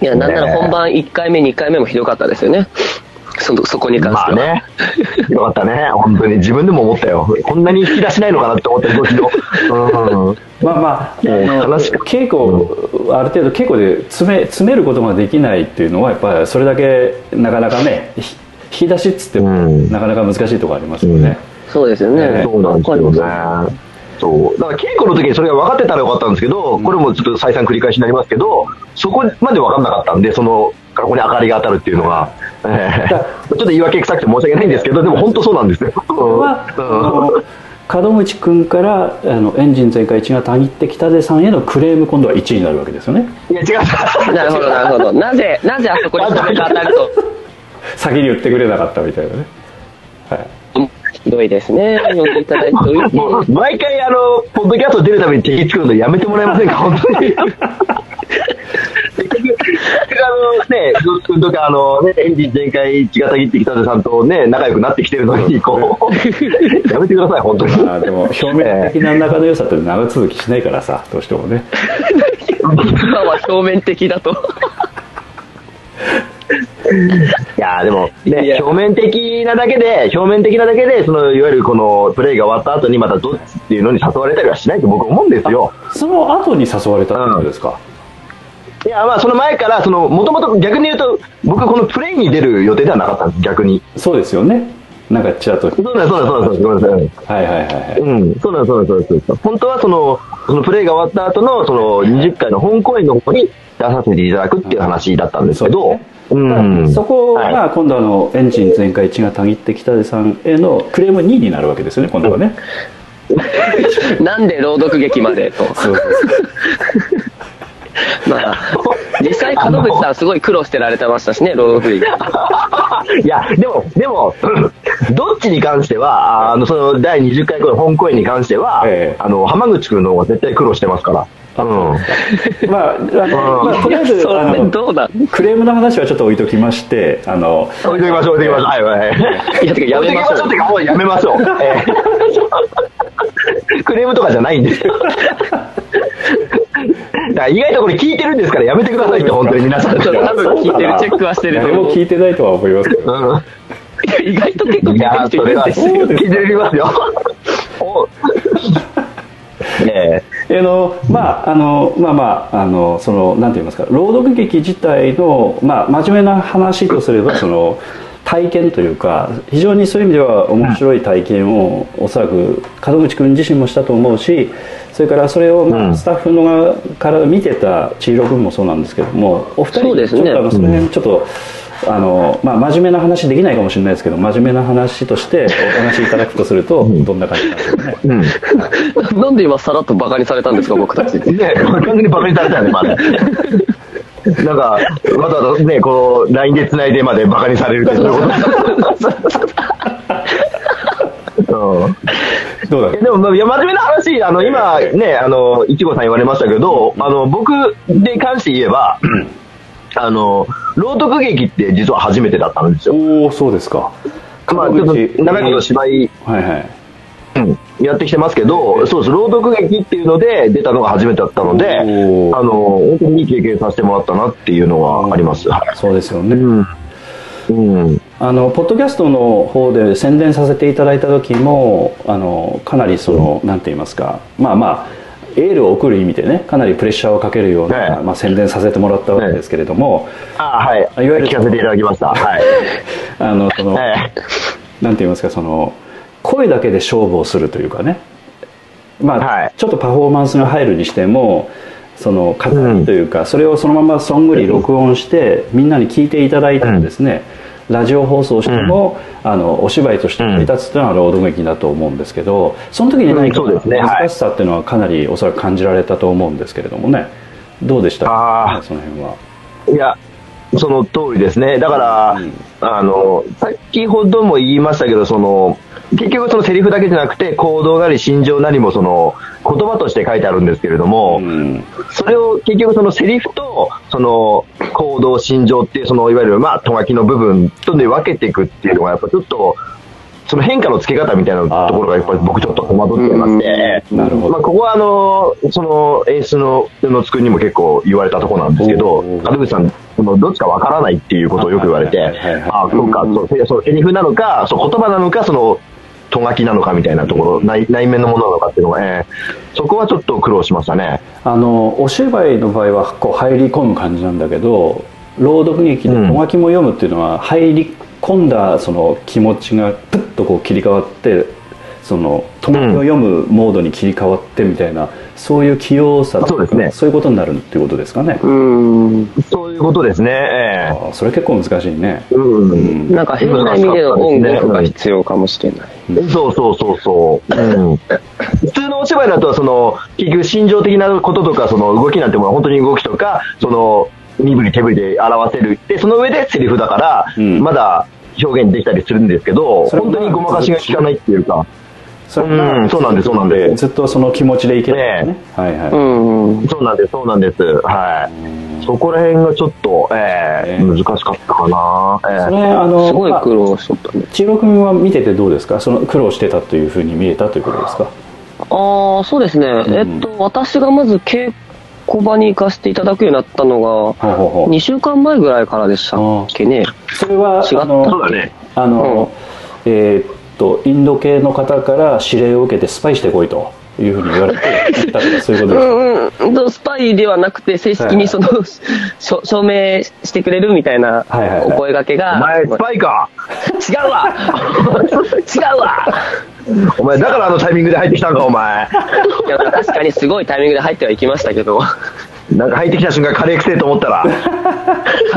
D: いや、なんなら本番1回目、2回目もひどかったですよね。そのそこに関し
E: ま
D: て
E: あ
D: は。
E: ね、よかったね、本当に。自分でも思ったよ。こんなに引き出しないのかなって思った動きを。うん
C: まあまああの
E: 悲しか
C: 稽古ある程度稽古で詰め詰めることができないっていうのはやっぱりそれだけなかなかねひ引き出しっつっても、
E: うん
C: なかなか難しいところありますよね、
D: そうですよね。
E: そうなんですよ
D: わか
E: ね。そう。だから稽古の時にそれが分かってたらよかったんですけど、これもちょっと再三繰り返しになりますけど、そこまで分かんなかったんで、その、ここに明かりが当たるっていうのが、え ーちょっと言い訳臭くて申し訳ないんですけど、でも本当そうなんですよ。うん
C: はあの門口君からあのエンジン全開1がたぎってきたでさんへのクレーム今度は1になるわけですよね
E: いや、違う。
D: なるほど、なるほど。なぜ、なぜあそこにそれが当たると。
C: 先に言ってくれなかったみたいなね
D: ひどいですね。呼んでいただ いておいて。
E: もう毎回、あの、ポッドキャスト出るために敵作るのやめてもらえませんか、本当に。結局あのね、ずっとなんかあのね、エンジン全開、血がたぎってきたぜさんとね、仲良くなってきてるのに、こう、 やめてください、本当に。
C: まあでも表面的な仲の良さって長続きしないからさどうしてもね
D: 今は表面的だと。
E: いやーでも、
D: いや
E: ね、表面的なだけで、表面的なだけで、その、いわゆるこの、プレイが終わった後にまたどっちっていうのに誘われたりはしないと僕思うんですよ。
C: その後に誘われたってことですか、
E: いや、まあ、その前から、その、もともと逆に言うと、僕このプレイに出る予定ではなかったんです、逆に。
C: そうですよねなんかちらっと
E: そうなんです、そうなんです、そうなんです、ごめんなさい。
C: はいはいはいはい
E: うん、そうなんです、そうなんですそうなんです、本当はその、そのプレイが終わった後の、その20回の本公演の方に出させていただくっていう話だったんですけ
C: そう
E: ど、
C: ですねそこが今度あのエンジン全開血がたぎってきたでさんへのクレーム2になるわけですよね今度はね、
D: なんで朗読劇までと。
C: そうそうそう
D: まあ、 実際門口さんすごい苦労してられてましたしね、朗読劇。
E: はい、いや、でも、でも、 うんどっちに関しては、あの、その第20回公演、本公演に関しては、
C: ええ
E: あの、浜口くんの方が絶対苦労してますから。うん。
C: まああの、まあ、とりあえず
D: そ
C: あ
D: れ
C: の
D: どうなん
C: クレームの話はちょっと置いときましてあの
E: 置いときましょう、置いときましょう。はいはい。
D: いやてかやめましょ
E: 置
D: う
E: いときてかもうやめましょう。え えクレームとかじゃないんですよ。だから意外とこれ聞いてるんですからやめてくださいって、本当に皆さん。
D: そう多分聞いてるチェックはしてると
C: 誰
D: 思う
C: も聞いてないとは思いますけど
E: うん
D: や意外と結構
E: いやー、
D: 人い
E: それ
D: るん
E: は、
D: ですよ。
E: 気になります よ。おね
C: あのまああのまあまああのそのなんて言いますか朗読劇自体のまあ真面目な話とす ればその体験というか非常にそういう意味では面白い体験をおそらく門口君自身もしたと思うしそれからそれをま
E: う
C: あ
E: ん
C: スタッフの側から見てた千尋君もそうなんですけどもお二人
D: そうですね
C: ちょっとあのその辺ちょっと。あのまあ、真面目な話できないかもしれないですけど真面目な話としてお話しいただくとするとどんな感じなんですかね
E: え。うん。
D: なんで今さらっとバカにされたんですか、僕たち。
E: ねえ、完全にバカにされたよね、まだ。なんか、わざわざね、この LINE で繋いでまでバカにされるってどういうことうん
C: どうだろう
E: いやでも、まあいや真面目な話、あの、今ね、あの、いちごさん言われましたけど、あの、僕に関して言えば、あの、朗読劇って実は初めてだったんですよ。
C: おおそうですか
E: まあ、ちょっと、長いこと芝居、
C: はいはい
E: うんやってきてますけど、そうです、朗読劇っていうので出たのが初めてだったので、あ
C: おー
E: の、本当にいい経験させてもらったなっていうのはあります。はい
C: そうですよね、
E: うん。うん。
C: あのポッドキャストの方で宣伝させていただいた時もあのかなりその、なんて言いますかまあまあエールを送る意味でねかなりプレッシャーをかけるような、
E: ね
C: まあ、宣伝させてもらったわけですけれども、
E: あはい。
C: いわゆる
E: 聞かせていただきました。 はい。
C: あのその、
E: はい
C: なんて言いますかその声だけで勝負をするというかねまあ、
E: はい
C: ちょっとパフォーマンスが入るにしてもその語りというか、それをそのままそんぐり録音してみんなに聞いていただいたんですね、ラジオ放送しても、あのお芝居として成り立つというのは朗読劇だと思うんですけどその時に何か
E: うんそうですねはい
C: 難しさっていうのはかなりおそらく感じられたと思うんですけれどもねどうでした
E: あー
C: その辺は。
E: いや、その通りですね。だから、
C: うん
E: あの、先ほども言いましたけど、その、結局そのセリフだけじゃなくて、行動なり心情なりもその、言葉として書いてあるんですけれども、
C: うん
E: それを結局そのセリフと、その、行動心情っていう、その、いわゆる、まあ、とがきの部分とで分けていくっていうのが、やっぱちょっと、その変化のつけ方みたいなところが、やっぱり僕ちょっと戸惑ってまして、
C: うんなるほど
E: まあ、ここはあの、その演出の、のつくにも結構言われたところなんですけど、
C: おー
E: 門口さん、そのどっちかわからないっていうことをよく言われて、
C: はいはいはいはい
E: ああ、そうか、そうせそうセリフなのか、そう言葉なのか、その、とがきなのかみたいなところ、内内面のものなのかっていうのがね、そこはちょっと苦労しましたね。
C: あのお芝居の場合はこう入り込む感じなんだけど朗読劇で
E: うん
C: 小書きも読むっていうのは、入り込んだその気持ちがプッとこう切り替わってその戸書きを読むモードに切り替わってみたいな、そういう器用さとか
E: そうですね
C: そういうことになるっていうことですかね、
D: うん。
E: そういうことですね。ええ
C: ああそれ結構難しいね、
E: うん。
D: なんか変な意味での音楽が必要かもしれない。
E: そうそうそうそう。うん、普通のお芝居だと、その、結局心情的なこととか、その動きなんてものは本当に動きとか、その、身振り手振りで表せる。で、その上でセリフだから、
C: うん
E: まだ表現できたりするんですけど、
C: それも
E: 本当にごまかしが効かないっていうか、
C: それ
E: うんそうなんですそうなんです
C: ずっとその気持ちでいけるんですねはいはい、
D: うん。
E: そうなんです、そうなんです。はい。そこら辺がちょっと、ええ
C: ね
E: 難しかったかな。ええ
C: それあの
D: すごい
C: まあ
D: 苦労しとったね。
C: 千尋君は見ててどうですかその苦労してたというふうに見えたということですか
D: ああ、そうですね。え
C: ん
D: っと、私がまず稽古場に行かせていただくようになったの
C: ほう
D: が、
C: ほうほう
D: 2週間前ぐらいからでしたっけね。
C: それは
D: 違った
C: あの
E: そうだね。
C: あの、えーっとインド系の方から指令を受けてスパイしてこいというふうに言われて行ったとかそういうこと
D: う
C: です
D: んうんと、スパイではなくて、正式にその、しょ証明してくれるみたいな
C: はいはいはい
D: お声掛けが、
E: お前、スパイか
D: 違うわ違うわ
E: お前、だからあのタイミングで入ってきたんか、お前。
D: いや確かにすごいタイミングで入ってはいきましたけど、あ
E: なんか入ってきた瞬間、カレーくせえと思ったら。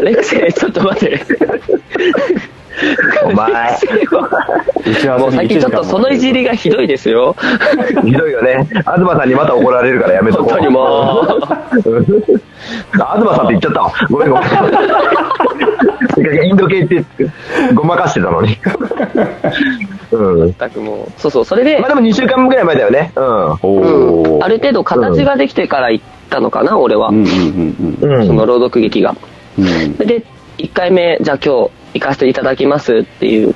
D: れくせ、ちょっと待って。
E: お前
C: 打ち合
D: も
C: わ
D: う
C: せに
D: 最
C: 一
D: 近
C: 時
D: ちょ
C: 間
D: っとそのいじりがひどいですよ。
E: ひどいよね。東さんにまた怒られるからやめとこう。
D: 本当にも
E: うんあ東さんって言っちゃったわ。ごめんごめん。せっかくインド系ってごまかしてたのに。うん。
D: 全くもう。そうそう、それで
E: まあ、でも2週間ぐらい前だよね。
C: お
D: う
C: お
D: ん、ある程度形ができてから行ったのかな、俺は。
C: うんうんうん
E: うん。うん。
D: その朗読劇が。
C: うんうん
D: で、1回目、じゃあ今日行かせていただきますっていう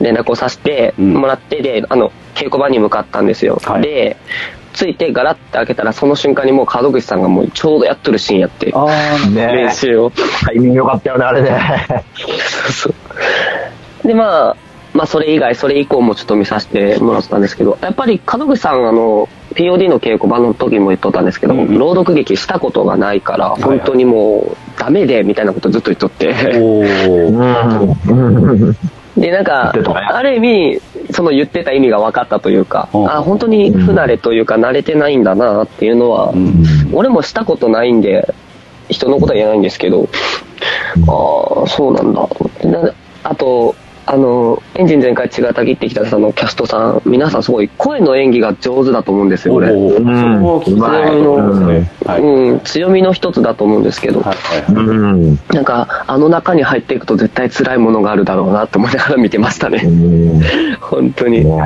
D: 連絡をさせて
C: うん
D: もらって、で、あの、稽古場に向かったんですよ。
C: はい
D: で、ついてガラッて開けたら、その瞬間にもう門口さんがもうちょうどやっとるシーンやって、
C: ああ
E: ね
D: 練習を。
E: タイミング良かったよね、あれね。
D: そうそう。で、まあ、まあ、それ以外、それ以降もちょっと見させてもらったんですけど、やっぱり門口さん、あの、POD の稽古場の時も言っとったんですけど、
C: うんうん
D: 朗読劇したことがないから、
C: いはい
D: 本当にもう、ダメで、みたいなことずっと言っとって。
C: お
E: う
C: ー
E: ん。
D: で、なんか
E: 言ってた、ね
D: ある意味、その言ってた意味が分かったというか、
C: うん
D: あ、本当に不慣れというか、慣れてないんだなっていうのは、
C: うん
D: 俺もしたことないんで、人のことは言えないんですけど、ああ、そうなんだと思って。なあと、あの、エンジン全開違ったぎってきたさんのキャストさん、皆さんすごい声の演技が上手だと思うんですよ、
C: お
D: 俺。
C: ーそ
E: うん
C: こを聞きたいところですねはいはい
D: うん、強みの一つだと思うんですけど、
C: はいはい
E: うん。
D: なんか、あの中に入っていくと絶対辛いものがあるだろうなって思いながら見てました
E: う
D: ね。
E: ん。
D: 本当に。
E: ね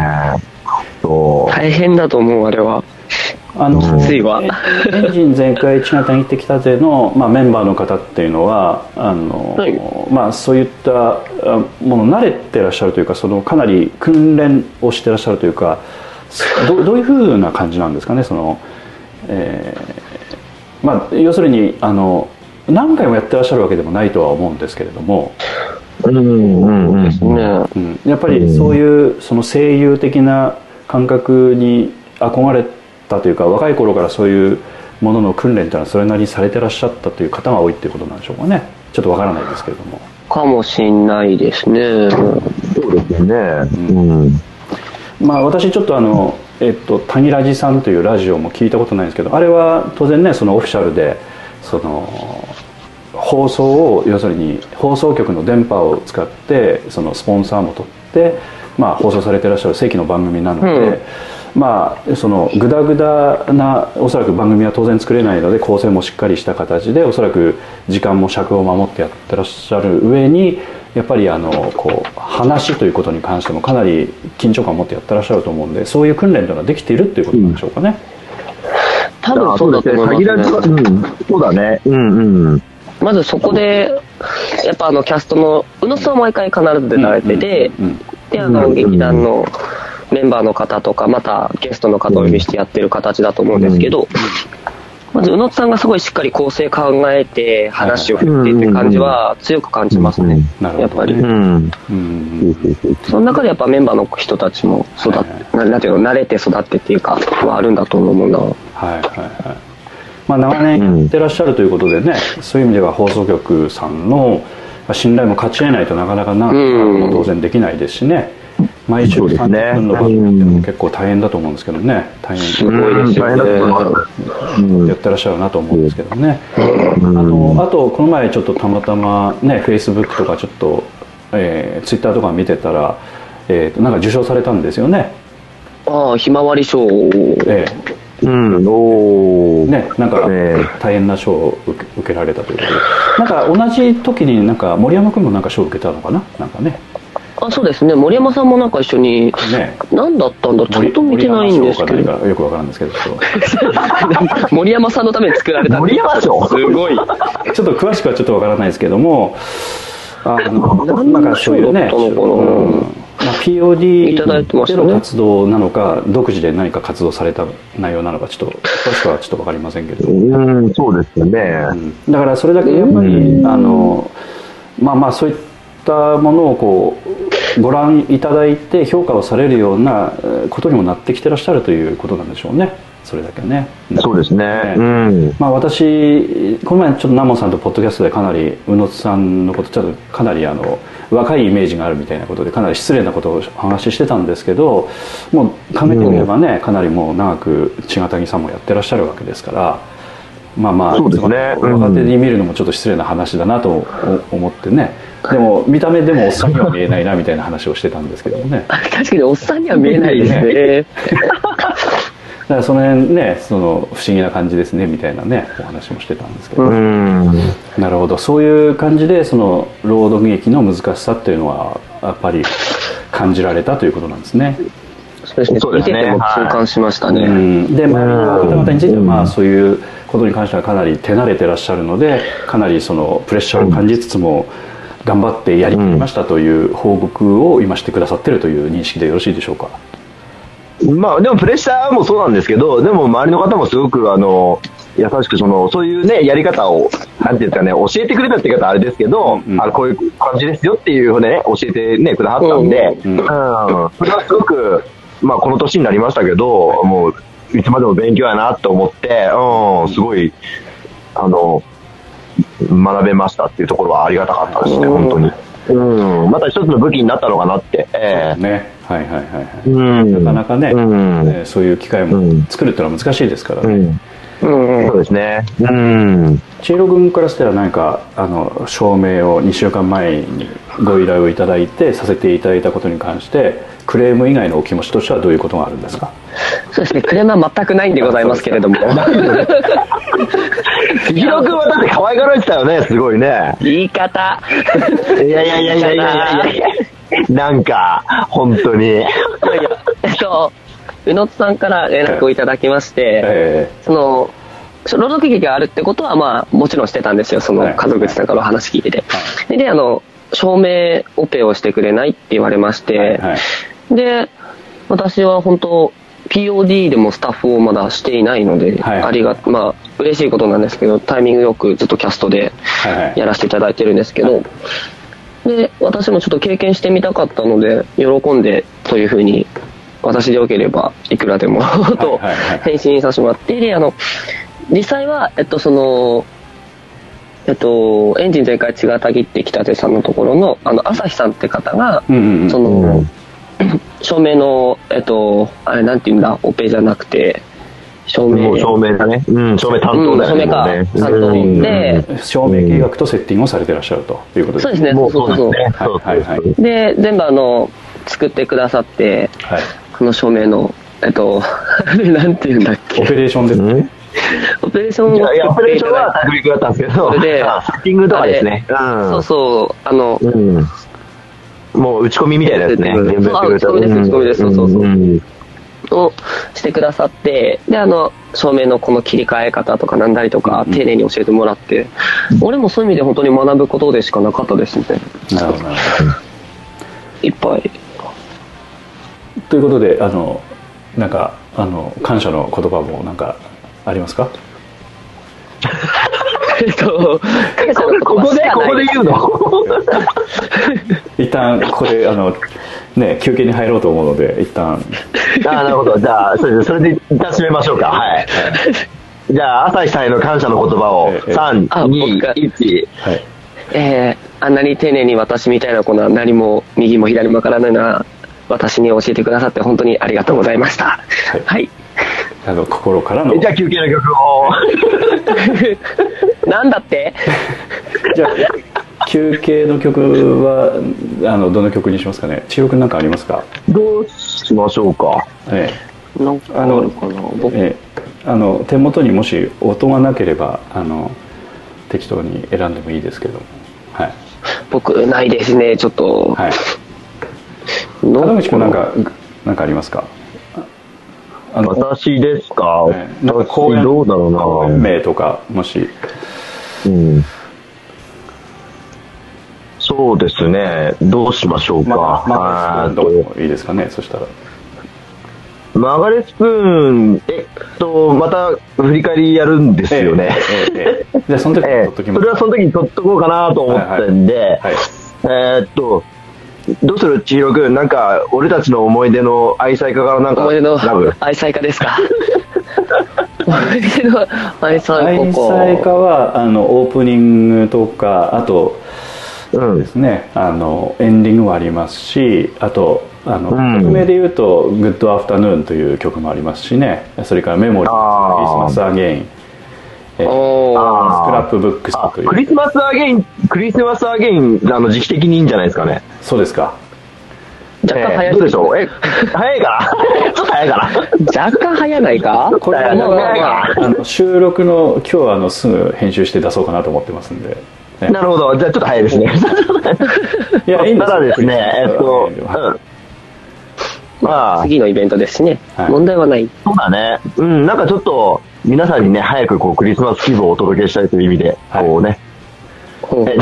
E: そう。
D: 大変だと思う、あれは。
C: あの
E: き
D: ついわ
C: エンエンジン全開一型に行ってきたぜの、まあ、メンバーの方っていうのはあの、
D: はい
C: まあ、そういったあもの慣れてらっしゃるというかそのかなり訓練をしてらっしゃるというかすど どういうふうな感じなんですかねその、えーまあ、要するにあの何回もやってらっしゃるわけでもないとは思うんですけれども、
E: うんうんうん。
D: ね
C: うん、やっぱりそういうその声優的な感覚に憧れたというか若い頃からそういうものの訓練というのはそれなりにされてらっしゃったという方が多いっていうことなんでしょうかねちょっとわからないですけれども
D: かもしんないですね。
E: そうですよね。うん。
C: まあ私ちょっとあのえっと「谷ラジさん」というラジオも聞いたことないんですけどあれは当然ねそのオフィシャルでその放送を要するに放送局の電波を使ってそのスポンサーも取って、まあ、放送されてらっしゃる正規の番組なので、まあそのグダグダなおそらく番組は当然作れないので構成もしっかりした形でおそらく時間も尺を守ってやってらっしゃる上にやっぱりあのこう話ということに関してもかなり緊張感を持ってやってらっしゃると思うんでそういう訓練というのはできているということなんでしょうかね。
D: 多分そうだと思
E: 限
D: い
E: ら
D: ます、
E: れ
D: ね
E: た。うん。そうだね。うんうん。
D: まずそこで、やっぱあのキャストの、宇野さんは毎回必ず出られてて、
C: うんうん
D: で、あの
E: うん
D: 劇団のメンバーの方とか、またゲストの方をお呼びしてやってる形だと思うんですけど、まず宇野さんがすごいしっかり構成考えて、話を振ってって感じは強く感じますね、
C: うんうんうん
D: やっぱり
C: なるほど
E: ん。
C: ね。うんうんうん
D: その中でやっぱメンバーの人たちも育
C: は
D: っ
C: い
D: て、ななんていうの、慣れて育ってっていうか、はあるんだと思うな。
C: はいはいはいまあ、長年やってらっしゃるということでね、そういう意味では放送局さんのまあ信頼も勝ち得ないとなかなかな、
D: うん
C: 当然できないですしね毎週
E: そうですね
C: 30分の番組っていうのも結構大変だと思うんですけどね大
D: す
C: 変
D: ごいですよね。
E: うん
C: やってらっしゃるなと思うんですけどね、あのあとこの前ちょっとたまたまねフェイスブックとかちょっと、えー、ツイッターとか見てたら、えー、なんか受賞されたんですよね
D: ああ、ひまわり賞
C: え
E: うん。お
C: ー
E: ー。
C: ねなんか
E: ええ
C: 大変な賞を受け受けられたということでなんか同じ時になんか森山君もなんか賞を受けたのかななんかね
D: あそうですね、森山さんもなんか一緒に、
C: ね
D: 何だったんだ、ちょっと見てないんですけ
C: 森
D: ど、
C: 山賞か何かよくわからんですけどちょっと
D: 森山さんのために作られた、
E: 森山賞
D: すごい、
C: ちょっと詳しくはちょっとわからないですけどもあの
D: 何
C: な
D: の
C: んかそういうね、
D: 賞だったのかな
C: うんまあ、
D: いただいてま
C: POD
D: し
C: で
D: たね
C: の活動なのか、独自で何か活動された内容なのかちょっと詳しくはちょっとわかりませんけど
E: うん、そうですよね。
C: うんだからそれだけやっぱりあのまあまあそういったものをこうご覧いただいて評価をされるようなえーことにもなってきてらっしゃるということなんでしょうねそれだけね。
E: そうですね。うん。
C: まあ、私この前ちょっとナモさんとポッドキャストでかなり宇野津さんのことちょっとかなりあの若いイメージがあるみたいなことでかなり失礼なことをお話ししてたんですけどもう考えてみればね、かなりもう長く千賀谷さんもやってらっしゃるわけですからまあまあ
E: そうですね
C: その
E: うん
C: 若手に見るのもちょっと失礼な話だなとお思ってねでも見た目でもおっさんには見えないなみたいな話をしてたんですけどもね。
D: 確かにおっさんには見えないですね、
C: だからその辺ねその不思議な感じですねみたいなねお話もしてたんですけど、
E: うん。
C: なるほどそういう感じでその朗読劇の難しさっていうのはやっぱり感じられたということなんですね。
D: そうですね
E: そう
D: 見
E: です
D: て
E: ね
D: ても痛感しましたね。
C: うん、で周りの方々については、まあ、そういうことに関してはかなり手慣れてらっしゃるのでかなりそのプレッシャーを感じつつも頑張ってやりきりましたという報告を今してくださってるという認識でよろしいでしょうか。
E: まあ、でもプレッシャーもそうなんですけど、でも周りの方もすごく、あの、優しく、その、そういうね、やり方をなんていうんですかね、教えてくれたって言い方はあれですけど、
C: うん
E: あのこういう感じですよっていうふうにね、教えてね、くださったんで、う
C: う
E: んん、それはすごく、まあ、この年になりましたけど、もう、いつまでも勉強やなと思って、うん、すごい、あの、学べましたっていうところはありがたかったですね、
D: う
E: 本
D: ん
E: 当に。うん、また一つの武器になったのかなって。ええ
C: ねはいはいはいはい
E: うん、な
C: なかなかね、
E: うん
C: えーそういう機会
E: うん
C: も作るってのは難しいですからね、
E: うん、
D: うん
E: そうですね。うん。
C: 千尋君からしたら何かあの証明を2週間前にご依頼をいただいてさせていただいたことに関してクレーム以外のお気持ちとしてはどういうことがあるんですか
D: そうですね、クレームは全くないんでございますけれども、
E: ひろくんはだって可愛がられてたよね、すごいね。
D: 言い方、
E: いやいやいやいやいやいやなんか、本当に。
D: え っと、宇野津さんから連絡をいただきまして、
C: え
D: その、朗読劇があるってことは、まあ、もちろんしてたんですよ、そ
C: はい
D: の、家族さんからお話聞いてて。でで、あの、照明オペをしてくれないって言われまし
C: え
D: て、
C: はい
D: で、私は本当、POD でもスタッフをまだしていないので、
C: はい
D: ありが、まあ、嬉しいことなんですけど、タイミングよくずっとキャストで
C: はいはい
D: やらせていただいてるんですけど、で、私もちょっと経験してみたかったので、喜んでというふうに、私でよければいくらでもと
C: はいはい
D: 返信させてもらって、で、あの、実際は、えっと、その、えっと、エンジン全開違ったぎってきたてさんのところの、あの、朝日さんって方が、
C: うんうんうん
D: その、照明の、えっと、あれなんていうんだ、オペじゃなくて、照
E: も
D: 明。
E: う照明だね。うん、照明担当だよね。
D: うん照明か
E: もうね
D: 担当で
E: うん
C: 照明計画とセッティングをされてらっしゃるということです
D: そうですね、
E: も
D: そう
E: うそ
D: そう
E: で
D: う
E: すね。
C: そ
D: そう。
C: うそう
E: はいはいはい
D: で、全部あの、作ってくださって、
C: はい
D: この照明の、えっと、 あれなんていうんだっ
C: オ
D: け、
C: ペレーションですね
D: オペレーション
E: い
D: を
E: や、いやオ
D: 作
E: ペ
D: っ
E: レ
D: て
E: ー
D: い
E: ションは作り
D: ただい
E: だったんですけど、
D: それで
E: あセッティングとかですね。うん。
D: た。そうそう、あの、
E: うん。もう打ち込みみたいなやつね。
D: そう
E: 全部やってくれた
D: あ打ち込みです打ち込みですそうそうそうんをしてくださって、で、あの、照明のこの切り替え方とかなんだりとか、丁寧に教えてもらって、俺もそういう意味で本当に学ぶことでしかなかったですね。
C: なるほどなるほど
D: いっぱい。
C: ということであのなんかあの感謝の言葉もなんかありますか
D: えっと、感謝の言
E: こ
D: 葉
E: こ
D: し
E: で、
D: か
E: こ
D: ない
E: こで言うの
C: 一旦これあのね休憩に入ろうと思うので一旦
E: ああ、なるほど。じゃあ、そうですそれで一旦締めましょうか。はい。じゃあ、朝日さんへの感謝の言葉を、
C: ええ
E: 3、
D: あ僕か
E: 2、1。
C: はい
D: えーあんなに丁寧に私みたいな子は何も右も左もわからないのは私に教えてくださって本当にありがとうございました。はい。
C: あの心からの
E: じゃあ、休憩の曲を。
D: なんだって
C: じゃあ休憩の曲はあのどの曲にしますかね千尋くんなんかありますか
E: どうしましょうか。
C: え
D: なんかあるかな
C: え
D: 僕、
C: ええあの手元にもし音がなければあの適当に選んでもいいですけどはい
D: 僕ないですね、ちょっと。
C: はい
D: の
C: 門口くんなんかなんかありますかあの
E: 私ですか。
C: ええなんか公演
E: どうだろうな。
C: 公演名とかもし
E: うんそうですね。どうしましょうか。
C: まマ
E: あ
C: ッ
E: ー
C: クスどういいですかねそしたら
E: 曲がれスプーン、えっと、また振り返りやるんですよね。
C: ええええええじゃあその時 に
E: え
C: 取
E: え
C: っときま
E: そ
C: す
E: れはその時に取っとこうかなと思ったんで、
C: はい
E: えーっと、どうする千尋くん、なんか、俺たちの思い出の愛妻家からなんか、
D: 思い出の
E: ラブ。
D: 愛妻家ですか思い出の愛妻
C: 愛
D: 家
C: 妻家
D: か
C: はあのオープニングとかあと
E: うん
C: で。すねあのエンディングもありますしあとあの、
E: うん
C: 曲名で言うと「グッドアフタヌーン」という曲もありますしねそれから「メモリー」
E: あー
C: クリスマス・アゲイン」えー
D: おー
E: あー
C: スクラップブックス
E: あ
C: という
E: クリスマスアゲイン、クリスマスアゲイン、あの、時期的にいいんじゃないですかね。
C: そうですか
D: 若干
E: え
D: 早
E: え
D: い
E: どうでしょう え、早いかなちょっと早いかな
D: 若干早ないか
C: これは
D: まあまあまあ
C: あの収録の今日あのすぐ編集して出そうかなと思ってますんで、ね
E: なるほど。じゃあちょっと早いですね。
C: いやいいんです
E: ただ
C: よ
E: ですね、えっと、
C: ク
E: う
C: リス
E: ん
C: マスアゲインは。
E: まあ、
D: 次のイベントですしね、
C: はい
D: 問題はない
E: そうだね。うん、なんかちょっと、皆さんにね、早くこう、クリスマス気分をお届けしたいという意味で、
C: はい
E: こう ね。
D: ほう
E: え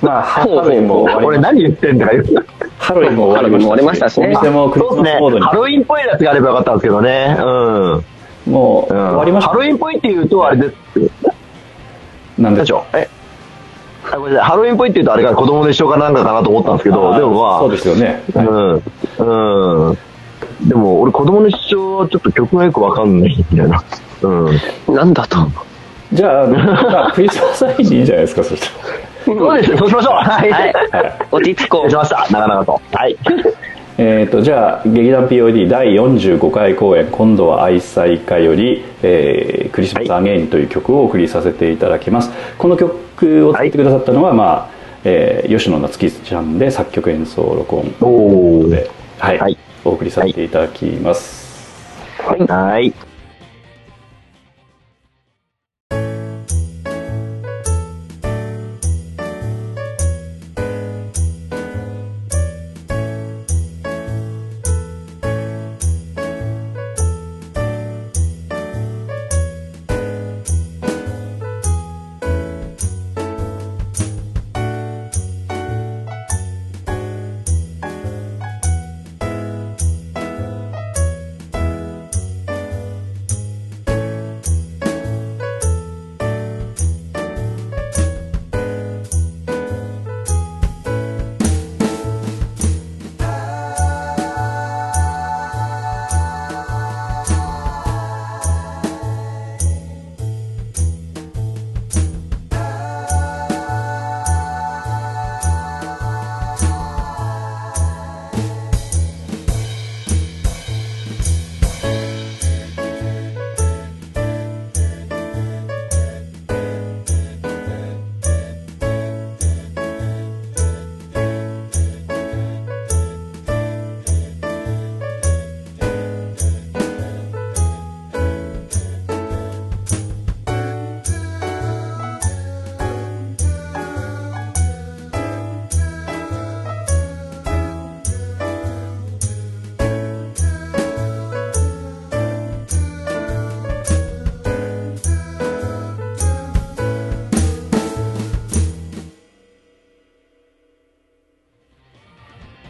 C: まあハロウィンも終わり
E: 俺
C: まし
E: 何言ってんだか言う。
C: ハロウィンも終わりましたし
D: ハ
C: お
D: ロウィン
C: 店もクリス
E: そう
C: マ
E: で
C: ス
E: すね。
C: モードに
E: ハロウィンっぽいやつがあればよかったんですけどね。うん。
C: もう
E: うん
C: 終わりまし
E: ハ
C: た
E: ロウィンっぽいって言うと、あれです。
C: なんで
E: 社長、え、あごめんなさい、ハロウィンっぽいって言うとあれか、子供でしょうかなんかかなと思ったんですけど、
C: あー
E: でもまあ、
C: そうですよね、はい
E: うん。うん。でも、俺、子供の主張はちょっと曲がよくわかんないみたいな。うん。
D: なんだと。
C: じゃああのまあクリスマスアイでいいんじゃないですかそしたら
E: そうですね、そうしましょう。はい。
D: はい。落ち着こ
E: 失礼しました、長々と。はい。
C: えー、とじゃあ劇団 POD 第45回公演「今度は愛妻家」より、えークリスマス・アゲイン」という曲をお送りさせていただきます、この曲を作ってくださったのは、まあえー吉野夏樹ちゃんで作曲演奏録音
E: おお
C: で、はい
E: はい
C: お送りさせていただきます、
E: はい。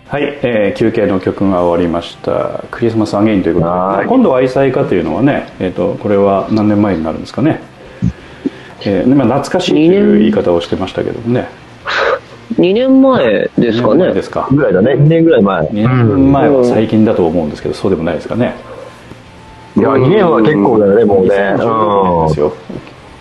C: はい、えー休憩の曲が終わりましたクリスマス・アゲインということで
E: はい
C: 今度は愛妻家というのはね、えー、とこれは何年前になるんですかね、えーまあ懐かしいという言い方をしてましたけどもね
D: う。2年前で
C: です
D: かね。
C: ですか
E: ぐらいだね、2年ぐらい前。
C: 2年前は最近だと思うんですけど、そうでもないですかね。
E: いや、2年は結構だよね、もうね。
C: 2016年ですよ。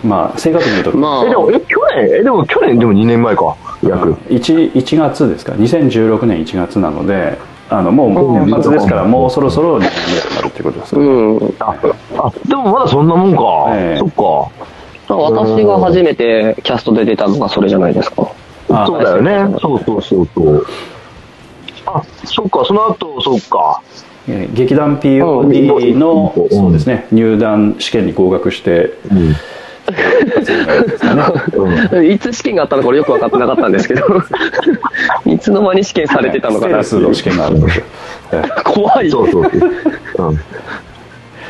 C: まあ正確に言うと、
D: ま
E: うん。え、でも、え、去年、え、でも去年、でも2年前か、約。
C: 1, 1月ですか2016年1月なのであのもう年末ですからもうそろそろ2年目になるってことです
D: あ、う
C: ね、
D: ん。
E: あ、あでもまだそんなもんか。
C: ええ
E: そっか。
D: まあ私が初めてキャストで出たのがそれじゃないですか。
C: あ
E: そうだよね。そうそうそうそう。あ、そっか、その後、そっか。
C: えー劇団 POD の、
E: うん
C: そうですね入団試験に合格して
E: うん。
D: いつ試験があったのか俺よく分かってなかったんですけど、いつの間に試験されてたのかな
C: ステルスの試験があるんですよ、え
D: 怖い。
E: そうそうそう。うん。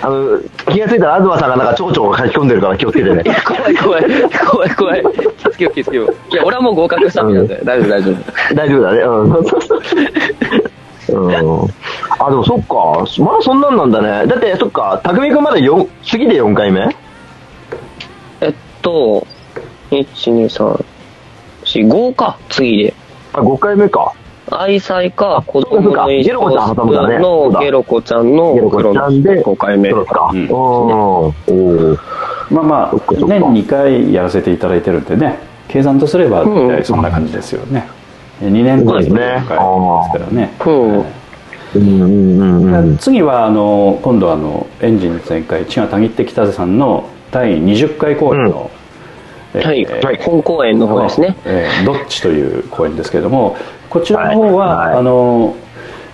E: あの、気がついたら、東さんがなんか、ちょこちょこ書き込んでるから気をつけて ね。
D: 怖い怖い怖い怖い気をつけよう気をつけよういや俺はもう合格したんで大丈夫大丈夫
E: 大丈夫だね。 うん。うん、あ、でもそっか。まだそんなんなんだね。だって、そっか。匠君まだ4、次で4回目
D: えっと1234合か次で
E: あ、5回目か。
D: 愛妻か子
E: そうかそうかゲ
D: 供の
E: ロコちゃん挟むんだねそうだ
D: のゲロコちゃんの
E: ゲロコ
D: 黒
E: ちゃんで
D: の5回目
E: そうですか。
C: う
E: うんん。おー
C: まあまあ
E: そっかそっか
C: 年2回やらせていただいてるんでね計算とすれば
D: うん
C: 大体そんな感じですよね、2年
E: そう
C: 間
E: で
C: です
E: ね
C: からね
D: うん
E: うんうんうんうん。
C: 次はあの今度はあのエンジン全開千賀たぎって北瀬さんの第20回公演の、えー
D: はい、
C: えー
D: 本公演の方ですね
C: えーどっちという公演ですけれどもこちらの方は、
E: はいはい
C: あの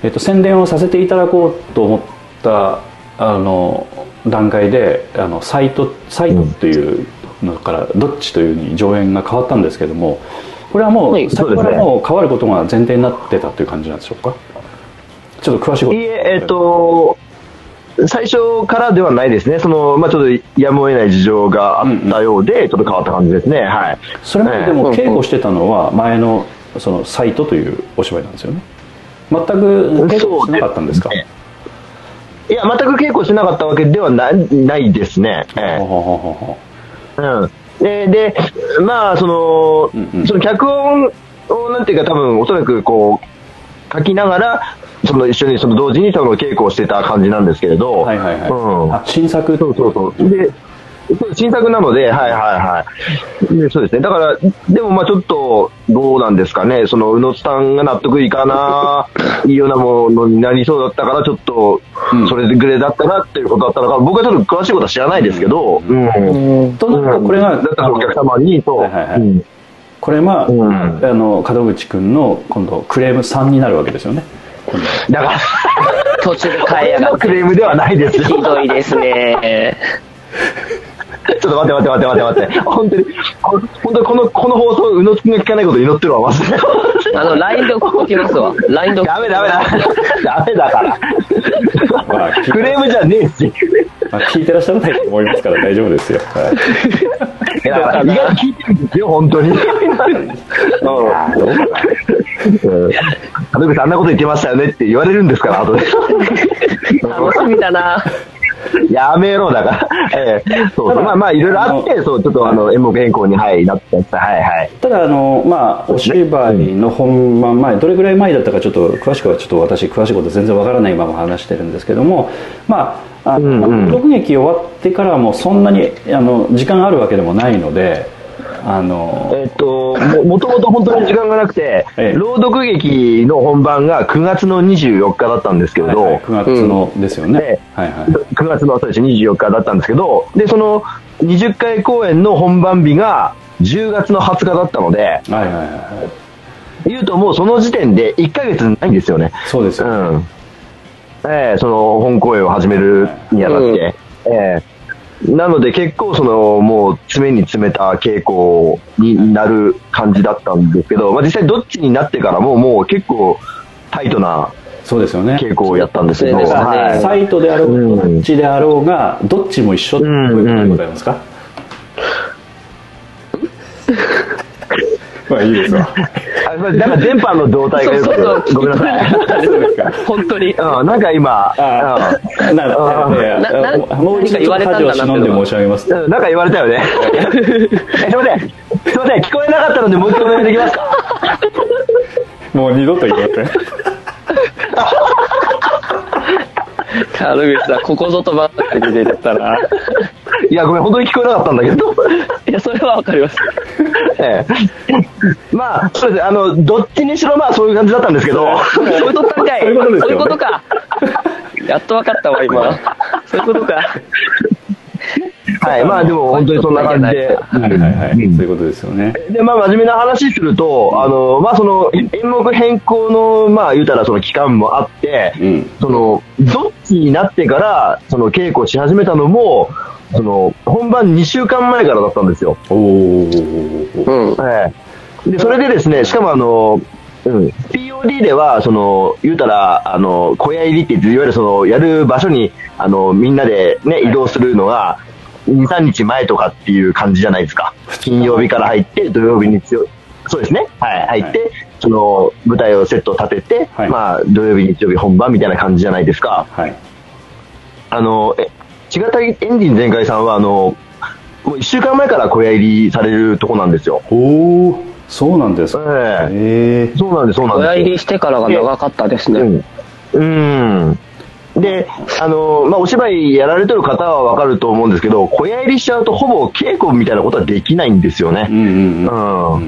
C: えっと宣伝をさせていただこうと思ったあの段階であのサイトサイトというのからどっちというに上演が変わったんですけれどもこれはもう、
D: はい
C: 最初からもう変わることが前提になってたという感じなんでしょうかちょっと詳しいこと
E: いいえ、えっ、と、最初からではないですね。その、まあちょっとやむを得ない事情があったようで、ちょっと変わった感じですね。はい。
C: それまでで
D: う
C: も
D: ん
C: 稽古してたのは前のそのサイトというお芝居なんですよね全く稽古しなかったんですか
E: そうですいや、全く稽古してなかったわけではないないですね。ええ
C: ほうほうほうほ
E: うん。
C: う
E: で、で、まあ、その、その脚本を、なんていうか、多分、おそらく、こう、書きながら、その一緒に、その同時にその稽古をしてた感じなんですけれど、
C: はいはいはい、
E: うん
C: あ新作
E: そうそうそう。で、そう新作なので、はいはいはい。でそうですね。だから、でもまあちょっと、どうなんですかね。その、宇野さんが納得いかないようなものになりそうだったから、ちょっと
C: うん、
E: それぐらいだったなっていうことだったのか、僕はちょっと詳しいことは知らないですけど、うん。
C: となるとこれが、
E: だったらお客様に、そう。
C: はいはいはい
E: うん
C: これは、
E: うん
C: あの門口君の今度クレーム3になるわけですよね
E: だから、
D: 途中で変えやがっ
E: ク
D: て。
E: レームではないですよ。
D: ひどいですね。
E: ちょっと待って待って待って待って待って。本当に、こ本当にこの、この放送、宇野つが聞かないことを祈ってるわ、マジで。
D: あの、LINE で送っときますわ。LINE で送 っ
E: ダメダメダメ。ダメだから。
C: あ
E: クレームじゃねえし。
C: まあ聞いてらっしゃらないと思いますから大丈夫ですよ、はい
E: だから意外に聞いてるんですよ、本当 に。うん。うんあの時あんなこと言ってましたよねって言われるんですから、 後で。
D: 楽しみだな。
E: やめろ、だから。ええそうそうまあまあ、いろいろあって、そう、ちょっとあの、演目変更に、はい、なってました。はいはい。
C: ただあの、まあ、お芝居の本番前どれぐらい前だったかちょっと詳しくはちょっと私詳しいこと全然わからないまま話してるんですけどもまああ
E: うんうん
C: の録劇終わってからはもうそんなにあの時間あるわけでもないのであの
E: えっと、ももともと本当に時間がなくて、
C: ええ
E: 朗読劇の本番が9月の24日だったんですけれど、
C: はいはい9月のですよね、はいはい
E: 9月の朝です24日だったんですけど、で、その20回公演の本番日が10月の20日だったので、
C: はいはいはい
E: 言うともうその時点で1ヶ月ないんですよね。
C: そうです
E: う
C: よ、
E: ん。ええその本公演を始めるにあたって、
D: うん
E: ええなので結構そのもう詰めに詰めた稽古になる感じだったんですけど、まあ実際どっちになってからももう結構タイトな
C: そうですよね
E: 稽古をやったんですけど、
D: そうですね
E: はい
C: サイトであろう
E: う
C: が
E: ん
C: どっちであろうがどっちも一緒っていうことでございますか、 まあいいですわ
E: あそれなんか電波の状態が
D: そう
E: よ
D: そうそ
E: く、
D: う。
E: ごめんなさい。
C: そうですか
D: 本当に。
E: うん、なんか今、
C: ああなるほどいやいや
D: なな
C: もう一度
D: 何か言われたんだな
C: を忍んで申し上げます
E: うんうんなんか言われた よね。えすいません、すいません、聞こえなかったので、もう一回お願いできますか。
C: もう二度と言いません
D: 軽口さん、ここぞとばっかり出てったら。
E: いや、ごめん、本当に聞こえなかったんだけど。
D: いや、それはわかります。
E: ええまあ、そうですね、あの、どっちにしろ、まあ、そういう感じだったんですけど。
D: そういうことったんかい。
C: そういうことですよね
D: そういうことか。やっとわかったわ、今。そういうことか。
E: はい、まあ、でも、本当にそんな感じで。
C: はいはいはい、
E: うん
C: そういうことですよね
E: で、まあ、真面目な話すると、あの、まあ、その、演目変更の、まあ、言うたら、その期間もあって、
C: うん
E: その、どっちになってから、その、稽古し始めたのも、その、本番2週間前からだったんですよ。
C: おお
D: うん。
E: はい。で、それでですね、しかもあの、うん、POD では、その、言うたら、あの、小屋入りって言って、いわゆるその、やる場所に、あの、みんなでね、移動するのが、2、3日前とかっていう感じじゃないですか。金曜日から入って、土曜日に強い。そうですね。はい。入って、その、舞台をセット立てて、
C: はい
E: まあ、土曜日、日曜日本番みたいな感じじゃないですか。
C: はい
E: あの、え、ちがたエンジン全開さんは、あの、もう1週間前から小屋入りされるとこなんですよ。
C: おおそうなんです
E: え
C: か
E: え
C: え
E: そうなんです、そうなんです。
D: 親入りしてからが長かったですね。
E: うん。うん。で、あの、まあ、お芝居やられてる方はわかると思うんですけど、小屋入りしちゃうとほぼ稽古みたいなことはできないんですよ
C: え
E: ね。
C: うんう
E: う
C: んうん
E: ん。
C: う
E: うん。
C: うん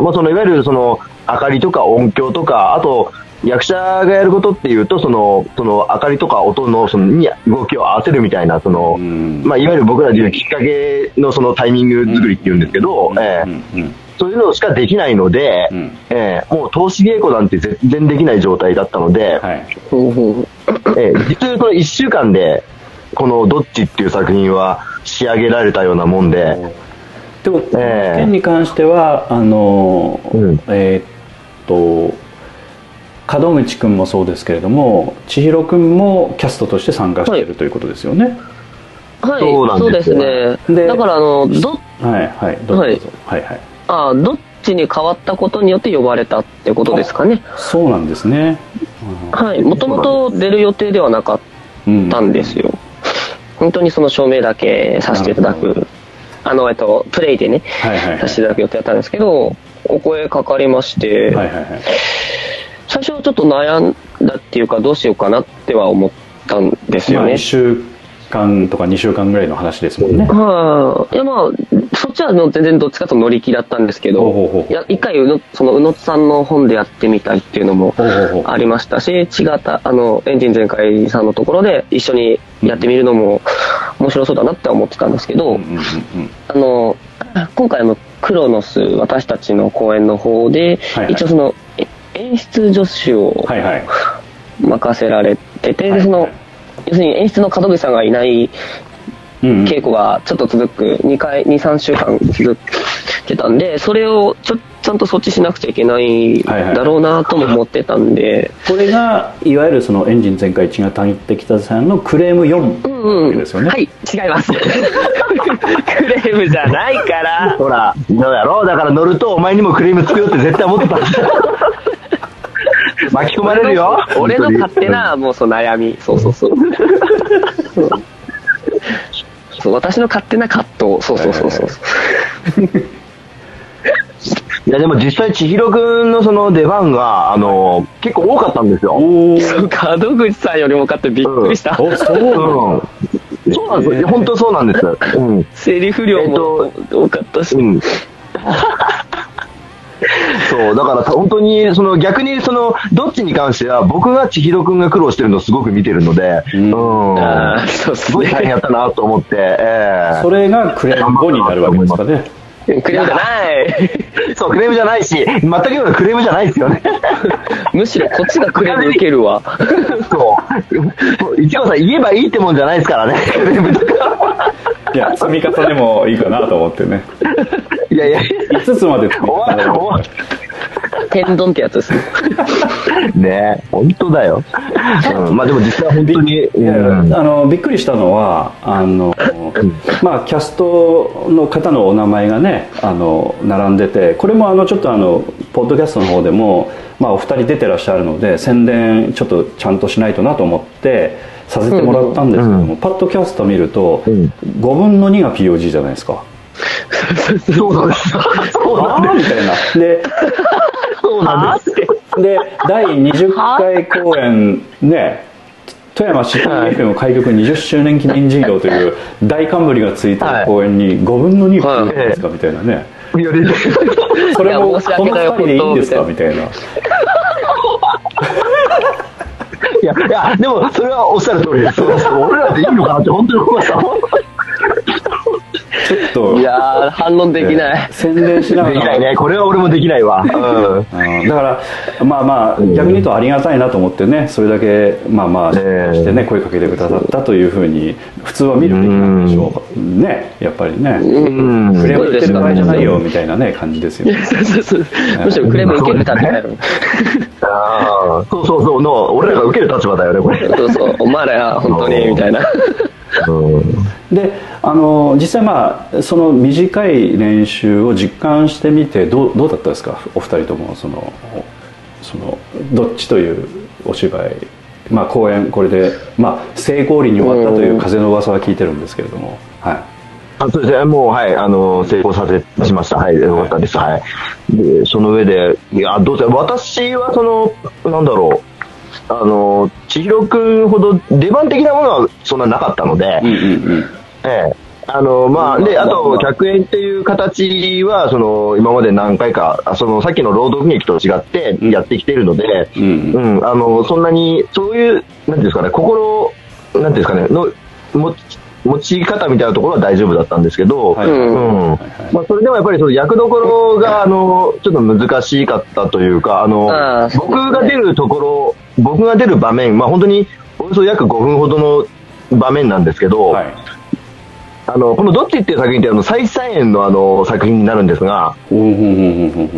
C: ん
E: まあ、その、いわゆるその、明かりとか音響とか、あと、役者がやることっていうと、その、その、明かりとか音の、その、に動きを合わせるみたいな、その、
C: うん
E: まあ、いわゆる僕らでいうきっかけのそのタイミング作りっていうんですけど、ええ
C: うんうん
E: そういうのしかできないので、
C: うん
E: ええもう投資稽古なんて全然できない状態だったので、
C: はい
D: ほうほう
E: ええ実はこの1週間で、この「どっち?」っていう作品は仕上げられたようなもんで、
C: でも、
E: ええ
C: 件に関してはあの、
E: うん
C: えーっと門口君もそうですけれども千尋君もキャストとして参加しているということですよね
D: はい、
E: そうなん
D: そう
E: で
D: ですす
E: よ
C: で
D: ね。だから、あの、ど、
C: はいはいどうぞ
D: はい
C: どうぞはいはい
D: あどっちに変わったことによって呼ばれたってことですかね。
C: そうなんですね
D: はい、もともと出る予定ではなかっ
C: うん
D: たんですよ。本当にその証明だけさせていただくあの、えっと、プレイでね、
C: はいはいはい
D: させていただく予定だったんですけど、お声かかりまして、
C: はいはいはい
D: 最初はちょっと悩んだっていうか、どうしようかなっては思ったんです
C: ま
D: よ
C: あ、
D: ね。
C: 1週間とか2週間ぐらいの話ですもんね
D: はい、いやまあ、そっちはもう全然どっちかというと乗り気だったんですけど、
C: ほうほうほうほう
D: いや一回うの、その宇野津さんの本でやってみたいっていうのも
C: ほうほうほう
D: ありましたし、違った、あの、エンジン全開さんのところで一緒にやってみるのも面白そうだなって思ってたんですけど、
C: うんうんうんうん
D: あの、今回のクロノス、私たちの公演の方で、
C: はいはい
D: 一応その、え演出助手を
C: はいはい
D: 任せられてて、
C: はい
D: でその、要するに演出の門口さんがいない
C: うんうん
D: 稽古がちょっと続く、2回、2、3週間続けてたんで、それをちょちゃんと措置しなくちゃいけない
C: はいはい
D: だろうなとも思ってたんで、
C: これがいわゆるそのエンジン全開一が単ってきたさんのクレーム4
D: うんうん
C: わけですよね、
D: はい、違います。クレームじゃないから、
E: ほら、どうだろうだから乗るとお前にもクレームつくよって絶対思っ てた。巻き込まれるよ。
D: 俺の勝手な、もうその悩み、そうそうそう。そうそう私の勝手な葛藤、そうそうそうそう。
E: いやでも実際千尋くんのその出番が、あの、結構多かったんですよ。
C: おお
D: そう門口さんよりも勝ってびっくりした。
C: おそう
E: う
C: なんだ
E: ん。そうなんですよいや。本当そうなんです。うん。
D: セリフ量も多かったし。
E: うん。そう、だから本当に、その逆にその、どっちに関しては、僕が千尋くんが苦労してるのをすごく見てるので、
C: う
E: うんん。
D: あーそうっす
E: す
D: ね
E: ごい大変やったなと思って、え
C: それがクレーム5になるわけですかね
D: クレームじゃない。
E: えそう、クレームじゃないし、全く今のクレームじゃないですよね。
D: むしろこっちがクレーム受けるわ。
E: そう。一応さん言えばいいってもんじゃないですからね、クレームとか。
C: いや積み重ねもいいかなと思ってね
E: いやいや、
C: 5つまで積み
E: 終
C: 重
E: わ
C: ね
E: る、
C: る
E: 終わ
D: 天丼ってやつですね。
E: る。ねえ、本当だよ。うん、まあでも実際本当に、
C: いや
E: うん。
C: あのびっくりしたのはあの、まあ、キャストの方のお名前がねあの並んでてこれもあのちょっとあのポッドキャストの方でも、まあ、お二人出てらっしゃるので宣伝ちょっとちゃんとしないとなと思ってさせてもらったんですけども、
E: うん
C: パッドキャスト見ると、
E: うん
C: 5分の2が POG じゃないですか。
E: そうなんです よ。そう
C: あ
E: なん
C: ーみたいなで
E: そうなんです。
C: で第20回公演ね富山市 FM 開局20周年記念事業という大冠がついた公演に5分の2
D: はい
C: 分ですかみたいなね
E: いやね
C: それ
D: い
C: も
D: や申し
C: こ
D: 訳
C: の
D: ない
C: 2人でいいんですか
D: 本
C: みたいない
E: や、いや、でも、それはおっしゃる通りです。そうそう俺らでいいのかなって、本当に思いました。
C: ちょっと
D: いやー、反論できない
C: えー。宣伝しなが
E: でき
C: ら
E: ないね。これは俺もできないわ。うん。
C: うんだからまあまあ逆に言うとありがたいなと思ってねそれだけまあまあ
E: ええ
C: してね声かけてくださったというふうに普通は見るべきなんでしょうねやっぱりね
D: うん
E: うん
C: クレーム言ってる場合じゃないよみたいなね感じですよね
D: そうそうそうむしろクレーム受けるためだよ。
E: あーそうそうそう。の、俺らが受ける立場だよね、これ。
D: そうそう、お前らや、本当に、みたいな。
E: うん。
C: であの実際まあその短い練習を実感してみてどうどうだったですかお二人ともそのそのどっちというお芝居まあ公演これで、まあ、成功裏に終わったという風の噂は聞いてるんですけれども、は
E: あそうですね、もう、はい、あの、成功させ、しました。はい、よかったです。はい。で、その上で、いや、どうせ、私は、その、なんだろう、あの、千尋くんほど出番的なものはそんななかったので、
C: い、うんうんうん
E: ええ。あの、まあ、で、あと、100円っていう形は、その、今まで何回か、あその、さっきの労働劇と違ってやってきているので、
C: う
E: うんん、あの、そんなに、そういう、なんていうんですかね、心、なんていうんですかね、の、持ち、持ち方みたいなところは大丈夫だったんですけど、
C: はい
E: うん
D: うん。
E: まあ、それでもやっぱりその役どころが、あの、ちょっと難しかったというか、あの、
D: あー
E: 僕が出るところ、僕が出る場面、まあ、本当に、およそ約5分ほどの場面なんですけど、
C: はい
E: あの、このどっちっていう作品って、あの、再三演のあの、作品になるんですが、
C: うんうんうんうんうんうん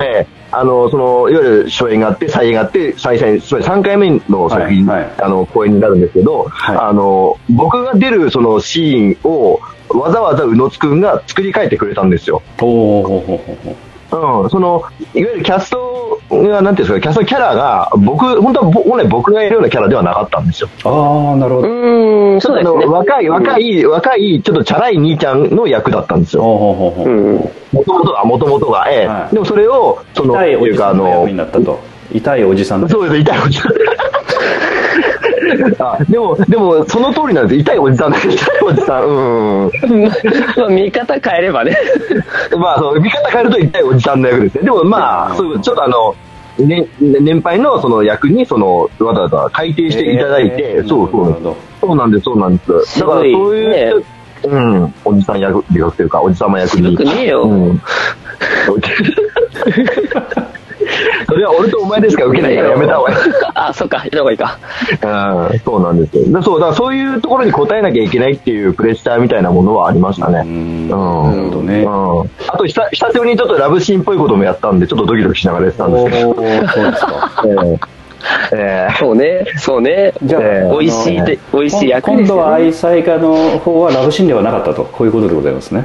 E: ええあの、その、いわゆる初演があって、再演があって、再演、つまり3回目の作品、
C: はいはい
E: あの、公演になるんですけど、
C: はい
E: あの、僕が出るそのシーンを、わざわざ宇野津くんが作り変えてくれたんですよ。
C: ほうほうほうほうほう
E: うん、その、いわゆるキャストが、なんていうんですか、キャストのキャラが、僕、本当はぼ本来僕がやるようなキャラではなかったんですよ。
C: ああ、なるほ
D: う
C: ど。
D: ーん、
E: ちょ
D: そう
E: っ
D: です
E: とあ
D: ね。
E: の若い、若
D: い。
E: い、若い、ちょっとチャラい兄ちゃんの役だったんですよ。
C: ほうほうほうほう
D: うん。うん
E: もともとが、もともとが、ええ
C: はい
E: でもそれを、その、
C: 痛いおじさんの
E: っていうかあの
C: 役になったと。痛いおじさんの
E: そうです、痛いおじさん。 あでも、でも、その通りなんです。痛いおじさんです。痛いおじさん。うん。
D: まあ、見方変えればね。
E: まあ、そう、見方変えると痛いおじさんの役ですね。でも、まあ、そういう、ちょっとあの、ね、年配のその役に、その、わざわざ改定していただいて、
C: えー
E: そうそ
C: なるほ
E: う。
C: ど。
E: そうなんです、そうなんです。だから、そ
D: すご
E: う
D: い
E: いう、うん、おじさん役、役というか、おじさま役に。
D: よくねえよ
E: うん。 それは俺とお前でしか受けないからやめた方がいい。
D: あ、そっか、やめた方がいいか。
E: うんそうなんですよ。だそう、だからそういうところに応えなきゃいけないっていうプレッシャーみたいなものはありましたね。
C: うん
E: うん
C: なるほどね
E: うんあと久、久しぶりにちょっとラブシーンっぽいこともやったんで、ちょっとドキドキしながらやってたんです
C: お
E: けど。
C: ーそうですか。
E: ええ
D: そうね、そうね。
C: じゃあ
E: えー
D: 美味しいで、美味しい 役
C: 今
D: です
C: 度は
D: よ、ね。
C: 愛妻家の方はラブシーンではなかったと、こういうことでございますね。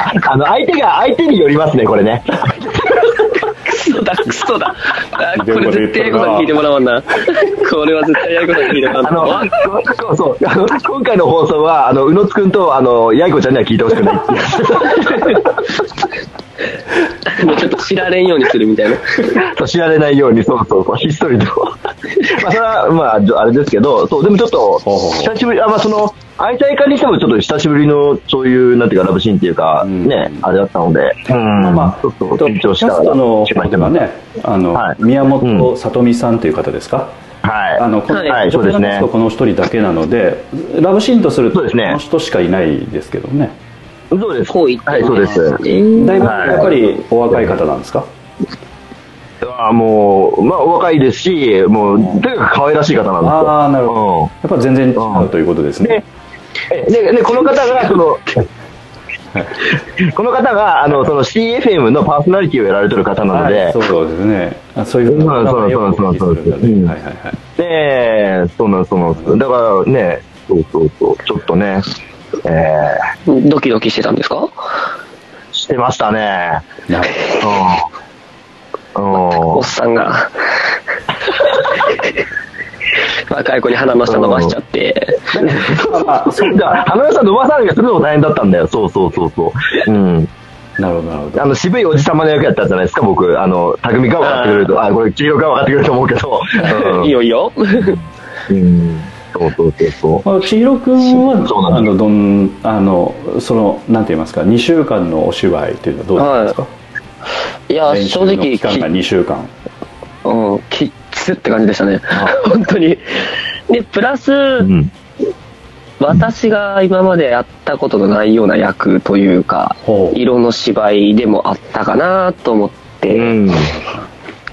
E: ああの、相手が、相手によりますね、これね。
D: クソだ、クソだ。あこ
C: ひどいこ
D: れ
C: と言っ
D: 絶
C: て
D: 対や
C: るな
D: ること聞いてもらわんな。これは絶対やること聞いてもら
E: あ
D: わんな。
E: の、そうそう、あの、今回の放送は、あの、うのつくんと、あの、やいこちゃんには聞いてほしくないっていう。
D: もうちょっと知られんようにするみたいな。
E: そう知られないように、そうそうそう、ひっそ りと。まあ、それは、まあじょ、あれですけど、そう、でもちょっと
C: ほうほう、
E: 久しぶり、あ、まあ、その、愛妻家にしても、ちょっと久しぶりの、そういう、なんていうか、ラブシーンっていうか、
C: うん
E: ね、あれだったので、うん、
C: まあまあ、
E: ちょっと
C: えっと
E: 緊張し
C: キ
E: た
C: ャストの
E: しま
C: 方
E: した
C: がね、あの、
E: はい
C: 宮本さとみさんという方ですか。
E: はい。
C: あの、この、
D: は
C: 女性のキャ
D: い
C: ス
E: そうです
C: ト
E: ね
C: この一人だけなので、ラブシーンとすると、
E: そうですね
C: この人しかいないですけどね。
E: そうです。
D: こう言って
E: はい、そうです。
C: だいぶ、
E: はい
C: やっぱりお若い方なんですか。
E: あもう、まあ、お若いですし、もう、とにかく可愛らしい方なんですよ。
C: ああ、なるほど。
E: うん
C: やっぱ全然違うということですね
E: で。、で、でこの方が、その、この方が、あの、その CFM のパーソナリティをやられてる方なので、
C: はいそうですね。あそういう
E: そうそうそうそう
C: よくお聞きするんだね
E: うん
C: はいはいはい。
E: ねえ、そうなんです、そうなんです。だからね、そうそうそう、ちょっとね、え
D: ドキドキしてたんですか
E: ー、してましたね。
C: なる
E: うん。
D: お
E: う
D: っ
E: ん。
D: さんが。若い子に鼻の下伸ばしちゃって。
E: まあまあ、そうだ、花屋さん伸ばさないがするのも大変だったんだよ。そうそうそうそう。うん。
C: なるほど、なるほど
E: あ。の、渋いおじさまの役やったじゃないですか、僕。あの、匠が分かってくれると、あ、これ、黄色が分かってくれると思うけど。うん
D: いいよいいよ。
E: うん。そうそうそうそう。
C: あの千尋くん
E: そう
C: は
E: な
C: あ
E: んで
C: のどんあのそのなんて言いますか2週間のお芝居というのはどうだったんで
D: い
C: すか、
D: や、
C: 練習
D: 正
C: の
D: 直、
C: 期間が2週間
D: うん、きっつって感じでしたね。本当に。で、プラス、
E: うん。
D: 私が今までやったことのないような役というか
C: ほ、う
D: 色の芝居でもあったかなと思って、
E: うん。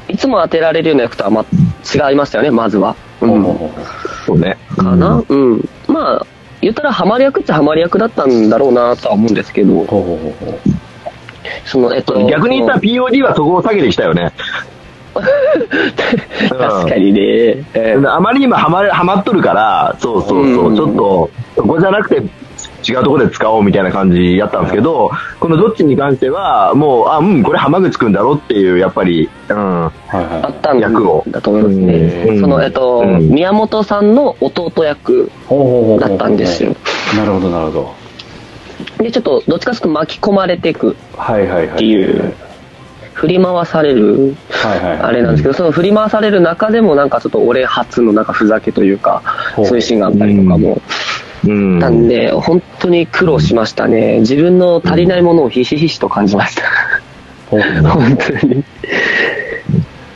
D: いつも当てられるような役とはま違いましたよね、まずは。うん
E: そうね。
D: かな、うん、まあ、言ったらハマり役っちゃハマり役だったんだろうなとは思うんですけ
C: ほ
D: ど、
C: うほうほうほう
D: その、えっと、
E: 逆に言ったら POD はそこを下げてきたよね。
D: その確かにね、えー
E: あまりにもハマれハマっとるから、そうそうそう、
D: うん
E: ちょっと、そこじゃなくて、違うところで使おうみたいな感じやったんですけど、このどっちに関しては、もう、あ、うん、これ浜口くんだろっていう、やっぱり、うん、
C: はいはい
D: あったん
E: 役を
D: だと思いますね。
E: うん
D: その、えっと、
E: うん
D: 宮本さんの弟役
C: ほうほうほうほう
D: だったんですよ。
C: なるほどなるほど
D: で、ちょっと、どっちかというと巻き込まれていく、
C: はいはいはい
D: っていう振り回される、
C: はいはい
D: あれなんですけど、その振り回される中でも、なんかちょっと俺初のなんかふざけというか、
C: ほう
D: そういうシーンがあったりとかも、
E: うん。
D: なんで、本当に苦労しましたね。自分の足りないものをひしひしと感じました。
C: ほう ほう
D: 本当に。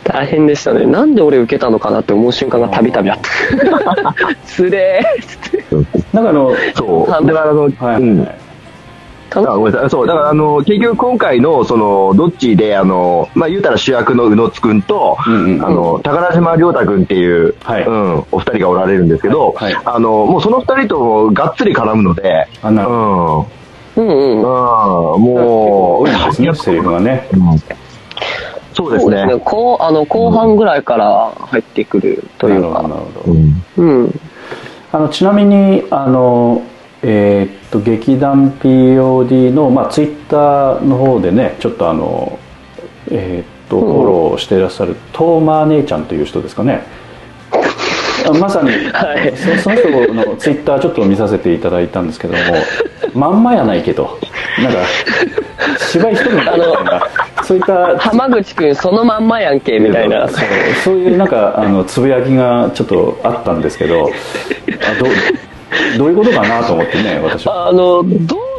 D: 大変でしたね。なんで俺受けたのかなって思う瞬間がたびたびあった。つれーっつって。
C: なんかあの
E: そう。だから、あの、
C: はい、
E: うん。
C: はい
E: あごめんなさい。そう、だから、あの、結局今回の、その、どっちで、あの、まあ、言うたら主役の宇野津くんと、
C: うんうん
E: あの、宝島亮太くんっていう、
C: はい
E: うん、お二人がおられるんですけど、
C: はいはい
E: あの、もうその二人ともがっつり絡むので、
C: あなるほど
E: うん。
D: うんうん。
E: ああ、
C: 多
E: もう、
C: いですねセリフがね
E: うんそうですね。
D: こう、あの、後半ぐらいから入ってくると
C: な
D: いう
C: るほどな
D: か。
C: るほど
E: うん
D: うん。
C: あのちなみにあの、えーっと劇団 POD の、まあ、ツイッターの方でねちょっとあのえーっとフォローしていらっしゃるトーマー姉ちゃんという人ですかねあまさに、
D: はい
C: そその人のツイッターちょっと見させていただいたんですけどもまんまやないけどなんか芝居一人みたいなそういった
D: 浜口くんそのまんまやんけみたいな
C: そうそういうなんかあのつぶやきがちょっとあったんですけどあどうどういうことかなと思ってね私は
D: あのど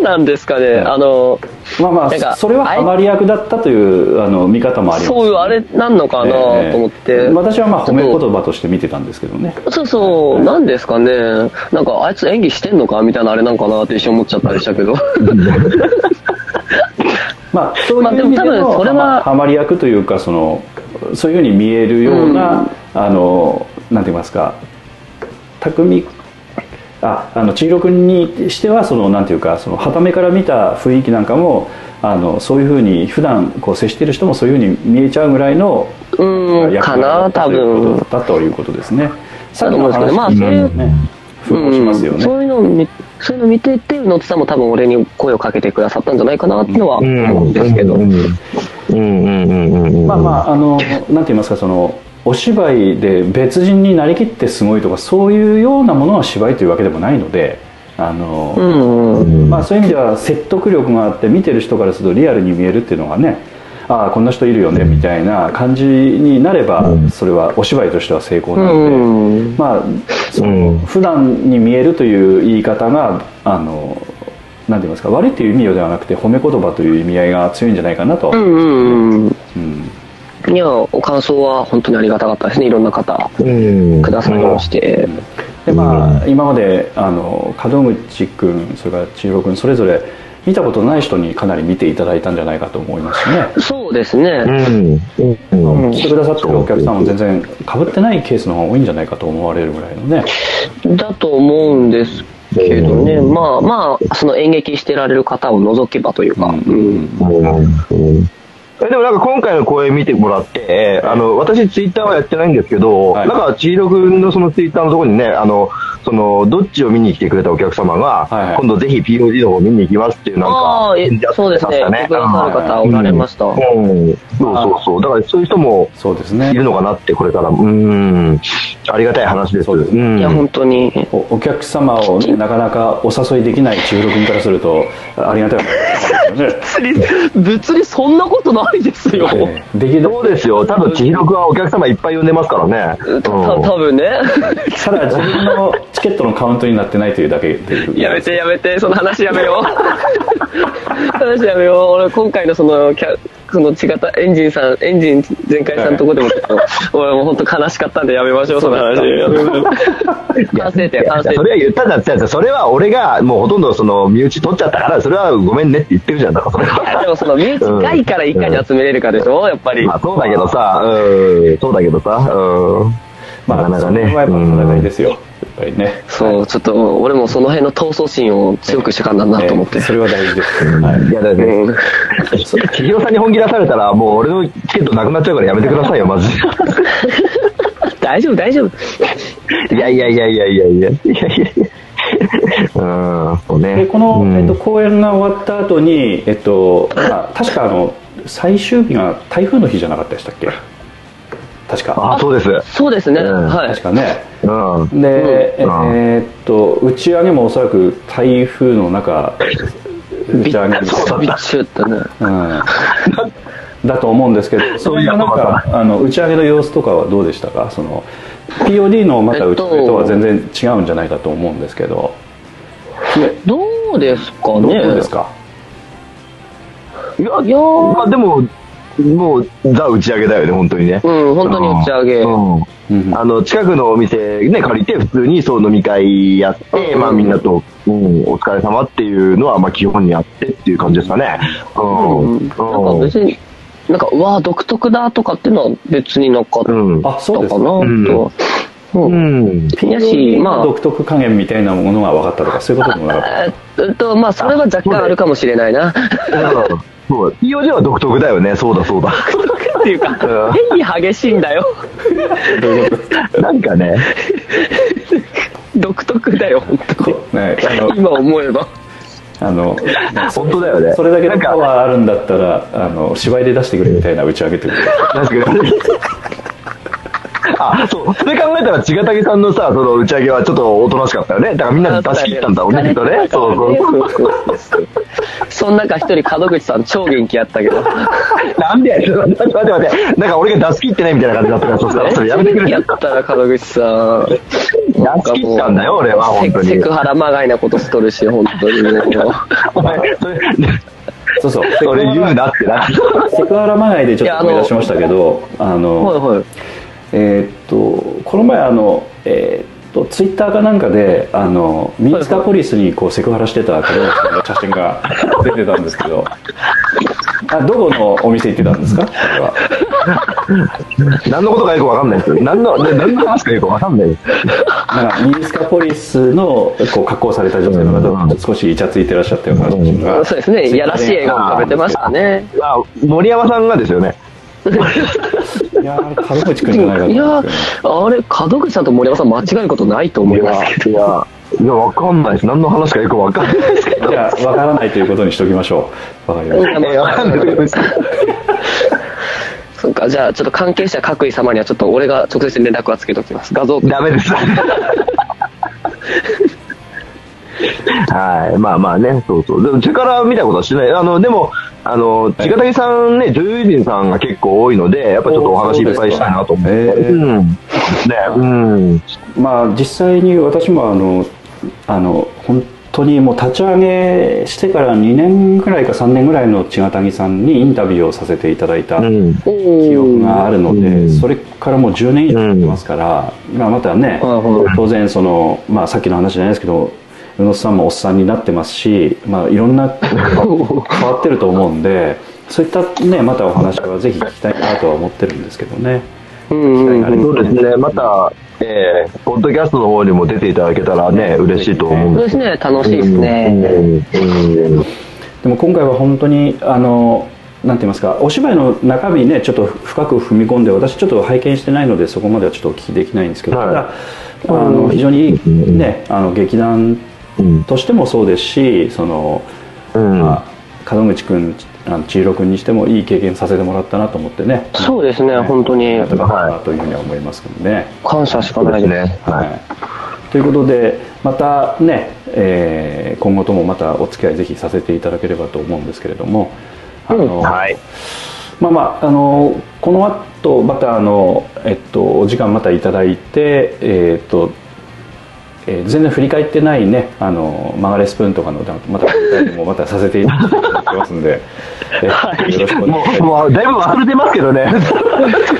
D: うなんですかねあの
C: まあま
D: なん
C: あ
D: か
C: それはハマり役だったというあの見方もあります
D: そういうあれなんのかな
C: ええ
D: と思って
C: 私はまあ褒め言葉として見てたんですけどね
D: そうそう、なんですかね、なんかあいつ演技してんのかみたいなあれなんかなって一瞬思っちゃったりしたけど、
C: まあそう
D: まあ
C: い
D: で
C: う意味
D: も
C: で
D: 多分
C: の
D: それは
C: まあハマり役というかそのそういうふうに見えるような、あのなんて言いますか匠ああの千尋君にしてはそのなんていうかその傍目から見た雰囲気なんかもあのそういうふうに普段こう接してる人もそういうふうに見えちゃうぐらいの
D: うん、
C: 役
D: か
C: 割だ
D: な、
C: った
D: 多
C: という
D: 分
C: ことだということですね。さっ
D: だ
C: き
D: と思
C: の
D: うんですけどまあ
C: 話
D: そうい
C: にね
D: う
C: 符合しますよ
D: うん
C: ね。
D: そういうのを見そういうの見てて、宇野津さんも多分俺に声をかけてくださったんじゃないかなってのは思うんですけど、
E: うんうんうんうんうん
C: まあまああのなんて言いますかそのお芝居で別人になりきってすごいとかそういうようなものは芝居というわけでもないのであの、
D: うんうん、
C: まあ、そういう意味では説得力があって見てる人からするとリアルに見えるっていうのがねああこんな人いるよねみたいな感じになればそれはお芝居としては成功
D: う
C: なので。
D: ん、
C: まあ、その
E: うん
C: 普段に見えるという言い方があのなんて言いますか悪いという意味ではなくて褒め言葉という意味合いが強いんじゃないかなと、
D: うんうんうん。
C: うん
D: いや、お感想は本当にありがたかったですね、いろんな方、
E: うん
D: くださいまして。
C: でまあ、今まであの門口君それから千尋君それぞれ見たことない人にかなり見ていただいたんじゃないかと思いますしね、
D: そうですね
E: う。んうん
C: 来てくださってるお客さんも全然かぶってないケースの方が多いんじゃないかと思われるぐらいのね
D: だと思うんですけどね、
E: うん
D: まあまあ、その演劇してられる方を除けばというか、
C: うん
D: うん
E: えでもなんか今回の公演見てもらって、あの、私ツイッターはやってないんですけど、
C: はい
E: なんか千尋くんのそのツイッターのところにね、あの、その、どっちを見に来てくれたお客様が、
C: はいはい
E: 今度ぜひ POD の方見に行きますっていうなん
D: あ
E: か
D: あ、え、そうですね、来てくださる方おられました。
E: うん、そうそうそう。だからそういう人も
C: そうです
E: い
C: ね
E: るのかなって、これから。うん。ありがたい話です。
C: そうです
E: ん
D: いや、本当に。
C: おお客様をね、なかなかお誘いできない千尋君からするとありがたいわけですよね
D: 別にそんなことないですよ。
C: ええできる
E: そうですよ。多分千尋くんはお客様いっぱい呼んでますからね。うん
D: た多分ね。
C: ただ自分のチケットのカウントになってないというだけで
D: やめてやめて、その話やめよう。 話やめよう。俺、今回のその、キャその違ったエンジンさん、エンジン全開さんのとこでも、俺もう本当悲しかったんでやめましょう、その話。反省点、反
E: そ
D: 省点。
E: れは言ったんだって言ったんだそれは俺がもうほとんどその身内取っちゃったから、それはごめんねって言ってるじゃんだから、それ
D: いや
E: は。
D: でもその身内外からいかに集めれるかでしょ、やっぱり。
E: まあそうだけどさ、うん、そうだけどさ、うん。
C: ま
E: な
C: あ
E: かな
C: そ
E: か
C: の
E: ね。
C: 辺はやっぱ
E: う
C: 戦い
E: ん
C: ですよやっぱりね
D: そう、ちょっと俺もその辺の闘争心を強くしてかんだなと思っ
C: え
D: て。
C: えそれは大事です、はい
E: いやだね、
D: うん
E: 千尋さんに本気出されたら、もう俺のチケットなくなっちゃうからやめてくださいよ、 マジ
D: 大丈夫、大丈夫。
E: で。いやいやいやいやいやいやいやいや。うん、そうね
C: で。この、
E: うん
C: えっと、公演が終わった後にえっと、まあ確かあの最終日が台風の日じゃなかったでしたっけ確か
E: あ、そうです。う
D: そうですね、
E: うん
D: はい
C: 確。かね
E: ん。
C: で、え
E: うん
C: えーっと打ち上げもおそらく台風の中打ち上 げです
D: びっちゅったね。
C: うんだと思うんですけど、そういうなん
E: そういう
C: かあの打ち上げの様子とかはどうでしたか？その POD のまた打ち上げとは全然違うんじゃないかと思うんですけど、
D: どうですか
C: どう
D: ね。
C: ですか？
E: いや、
D: いやー
E: まあでも、もう、ザ打ち上げだよね、本当にね。
D: うん、本当に打ち上げ。
E: うん
C: うん
E: あの、近くのお店ね、借りて、普通にそう飲み会やって、まあみんなと、うん、お疲れ様っていうのは、まあ基本にやってっていう感じですかね。うん。
D: うんなんか別に、なんか、うわあ独特だとかっていうのは別になかったかな
E: うん。
C: あ、そうです。
D: と。
E: う
D: うん
E: ん。
D: いやし、まあ、
C: 独特加減みたいなものが分かったとかそういうこともなかった。
D: えーっと、まあ、それは若干あるかもしれないな。
E: うんそう。EOJ は独特だよね、そうだそうだ。
D: っていうか、 変に激しいんだよ。
E: なんかね、
D: 独特だよ、本当に。
C: ね、あの
D: 今思えば。
C: あの
E: 本当だよね
C: それだけ
E: な
C: の
E: んか
C: パワーあるんだったらあの芝居で出してくれみたいな打ち上げてくれ
E: なんすかあ、そう。それ考えたら、ちがたぎさんのさ、その打ち上げはちょっとおとなしかったよね。だからみんなで出し切ったんだ、おねきっとね。そうそう。
D: そうそう。 その中一人、門口さん超元気やったけど。
E: なんでやねん。待って待って待って。なんか俺が出し切ってないみたいな感じだったから、そしたら、それやめてくれ
D: や
E: よ
D: っ。たら門口さん。
E: 出し切ったんだよ、俺は、本当
D: セ
E: に
D: ク。ハラまがいなことしとるし、本 当にね。もう
E: お前、それ、
C: そうそう
E: それ言うなってな。
C: セクハラまがいでちょっと思い出しましたけどあの
D: はいはい。
C: えーっとこの前あの、えーっとツイッターかなんかであのミンスカポリスにこうセクハラしてた方さんの写真が出てたんですけどあどこのお店行ってたんですかこれは
E: 何のことかよくわかんないですよ。何の、ね何の話かよくわかんないです。
C: なんかミンスカポリスのこう加工された女性の方が少しイチャついてらっしゃったような写真が
D: そうですね。いやらしい笑顔食べてましたね。
E: あ、森山さんがですよね。
C: いやー軽口くんじゃないか
D: い
C: と思
D: や
C: うんです
D: あれ、門口さんと森山さん間違えることないと思いますけ
E: いや、いや、わかんないです。何の話かよくわかんないですけ
C: けど
E: ど。
C: じゃあわからないということにしておきましょうわかりま
D: ど。
C: し
D: いやまあ
E: いやわかんないです
D: そうか、じゃあ、ちょっと関係者各位様には、ちょっと俺が直接連絡はつけておきます。画像送って
E: ダメです。はい。まあまあね、そうそう。でも、チェカラ見たことはしない。あの、でも、あの、ちがたぎさんね、女優陣さんが結構多いので、やっぱちょっとお話いっぱいしたいなと思って。
C: おそうですか
E: うん。ね、うん。
C: まあ、実際に私もあのあの本当にもう立ち上げしてから2年ぐらいか3年ぐらいの千賀谷さんにインタビューをさせていただいた
E: うん。
C: 記憶があるので、
E: うん
C: それからもう10年以上やってますから、今またね、当然その、まあ、さっきの話じゃないですけど宇野さんもおっさんになってますし、まあ、いろんな変わってると思うんでそういったねまたお話はぜひ聞きたいなとは思ってるんですけどね。
D: うんうん
E: そ
D: うん
E: うですね。また、えー、ポッドキャストの方にも出ていただけたらね、嬉しいと思うん
D: そう
E: で
D: ですすね、楽しい
E: け
D: で
E: ど
D: すね。。
E: うんうん
C: でも今回は本当にあのなんて言いますかお芝居の中身ねちょっと深く踏み込んで私ちょっと拝見してないのでそこまではちょっとお聞きできないんですけど、
E: はい
C: ただあの非常にいい
E: うん
C: ねあの劇団
E: うん。
C: としてもそうですしその、
E: うん。
C: まあ、門口君あの千尋君にしてもいい経験させてもらったなと思ってね
D: そうですね、本当に
C: よかったなというふうには思いますけどね。
D: 感謝しか
E: そう
D: な
E: で
D: い
E: す
D: です。
E: ね。はい。
C: はい、ということでまたね、えー今後ともまたお付き合いぜひさせていただければと思うんですけれども、あの
E: はい。
C: まあまああのこの後またあの、えっと、お時間またいただいて、えーっとえー全然振り返ってないねあの曲がれスプーンとかのまた振り返りもまたさせていただきますんで、えよろしくお願い
E: も
C: し
E: う、
C: ま
E: もう、だいぶ忘れてますけどね。
C: す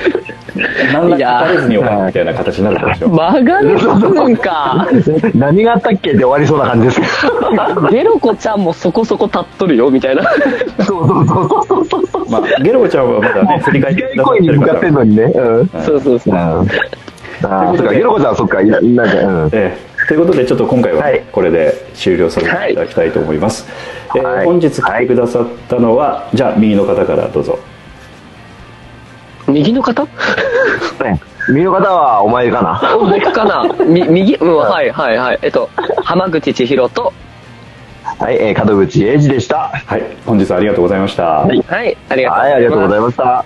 C: 何ら聞かれずに終わるみたいな形になるかもしれない
D: 曲がるんか。
E: 何があったっけって終わりそうな感じですけ
D: ゲロコちゃんもそこそこ立っとるよ、みたいな。
E: ど。そうそうそう そうそうそう。
C: まあ、ゲロちゃんはまだね振り返ってくださっ
E: 声
C: て
E: に
C: る
E: 向
C: か
E: かってん
C: ら
E: のにね。うん。
D: そうそうそう。
E: ああ、そっか、ゲロコさん、そっか、いななんか、うん。
C: ええということでちょっと今回は
E: はい
C: これで終了させていただきたいと思います、えー
E: はい
C: 本日来てくださったのは、じゃあ右の方からどうぞ
D: 右の方
E: 見の方はお前かな。
D: お僕かなみ右うん、はいはいはい。えっと、浜口千尋と、
E: はい、えー、門口英二でした。
C: はい本日はありがとうございました、
D: はい、ありがとう
E: は
D: ございます。
E: い、ありがとうございました。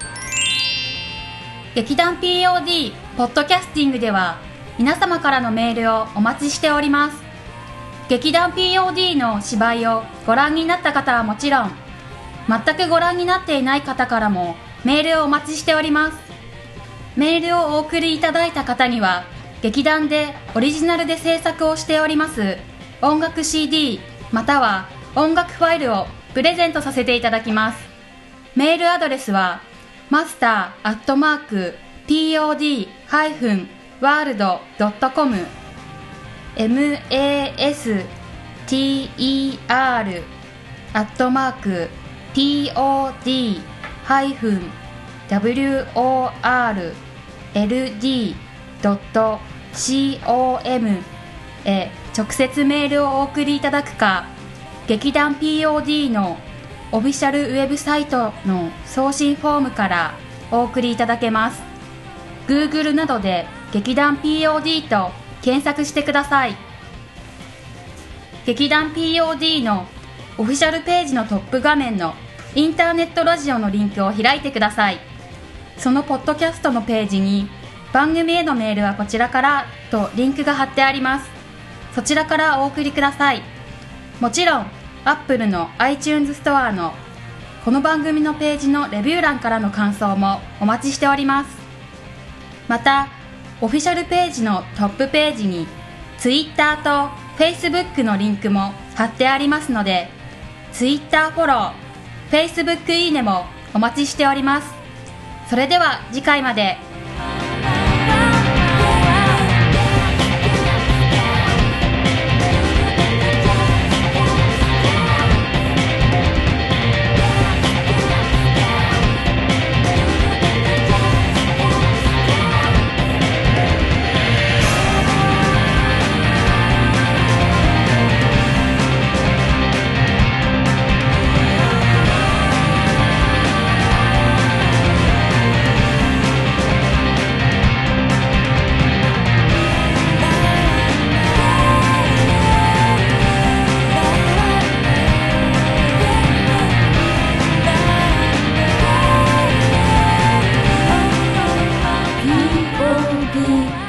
B: 劇団 POD ポッドキャスティングでは皆様からのメールをお待ちしております劇団 POD の芝居をご覧になった方はもちろん全くご覧になっていない方からもメールをお待ちしておりますメールをお送りいただいた方には劇団でオリジナルで制作をしております音楽 CD または音楽ファイルをプレゼントさせていただきますメールアドレスは、マスターアットマーク pod-world.com master アットマーク pod-world.com へ直接メールをお送りいただくか劇団 POD のオフィシャルウェブサイトの送信フォームからお送りいただけます Google などで劇団 POD と検索してください劇団 POD のオフィシャルページのトップ画面のインターネットラジオのリンクを開いてくださいそのポッドキャストのページに番組へのメールはこちらからとリンクが貼ってありますそちらからお送りくださいもちろん Apple の iTunes ストアのこの番組のページのレビュー欄からの感想もお待ちしておりますまたオフィシャルページのトップページに Twitter と Facebook のリンクも貼ってありますので Twitter フォロー Facebook いいねもお待ちしておりますそれでは次回まで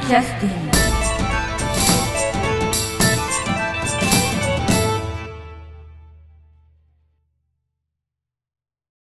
A: キャスティング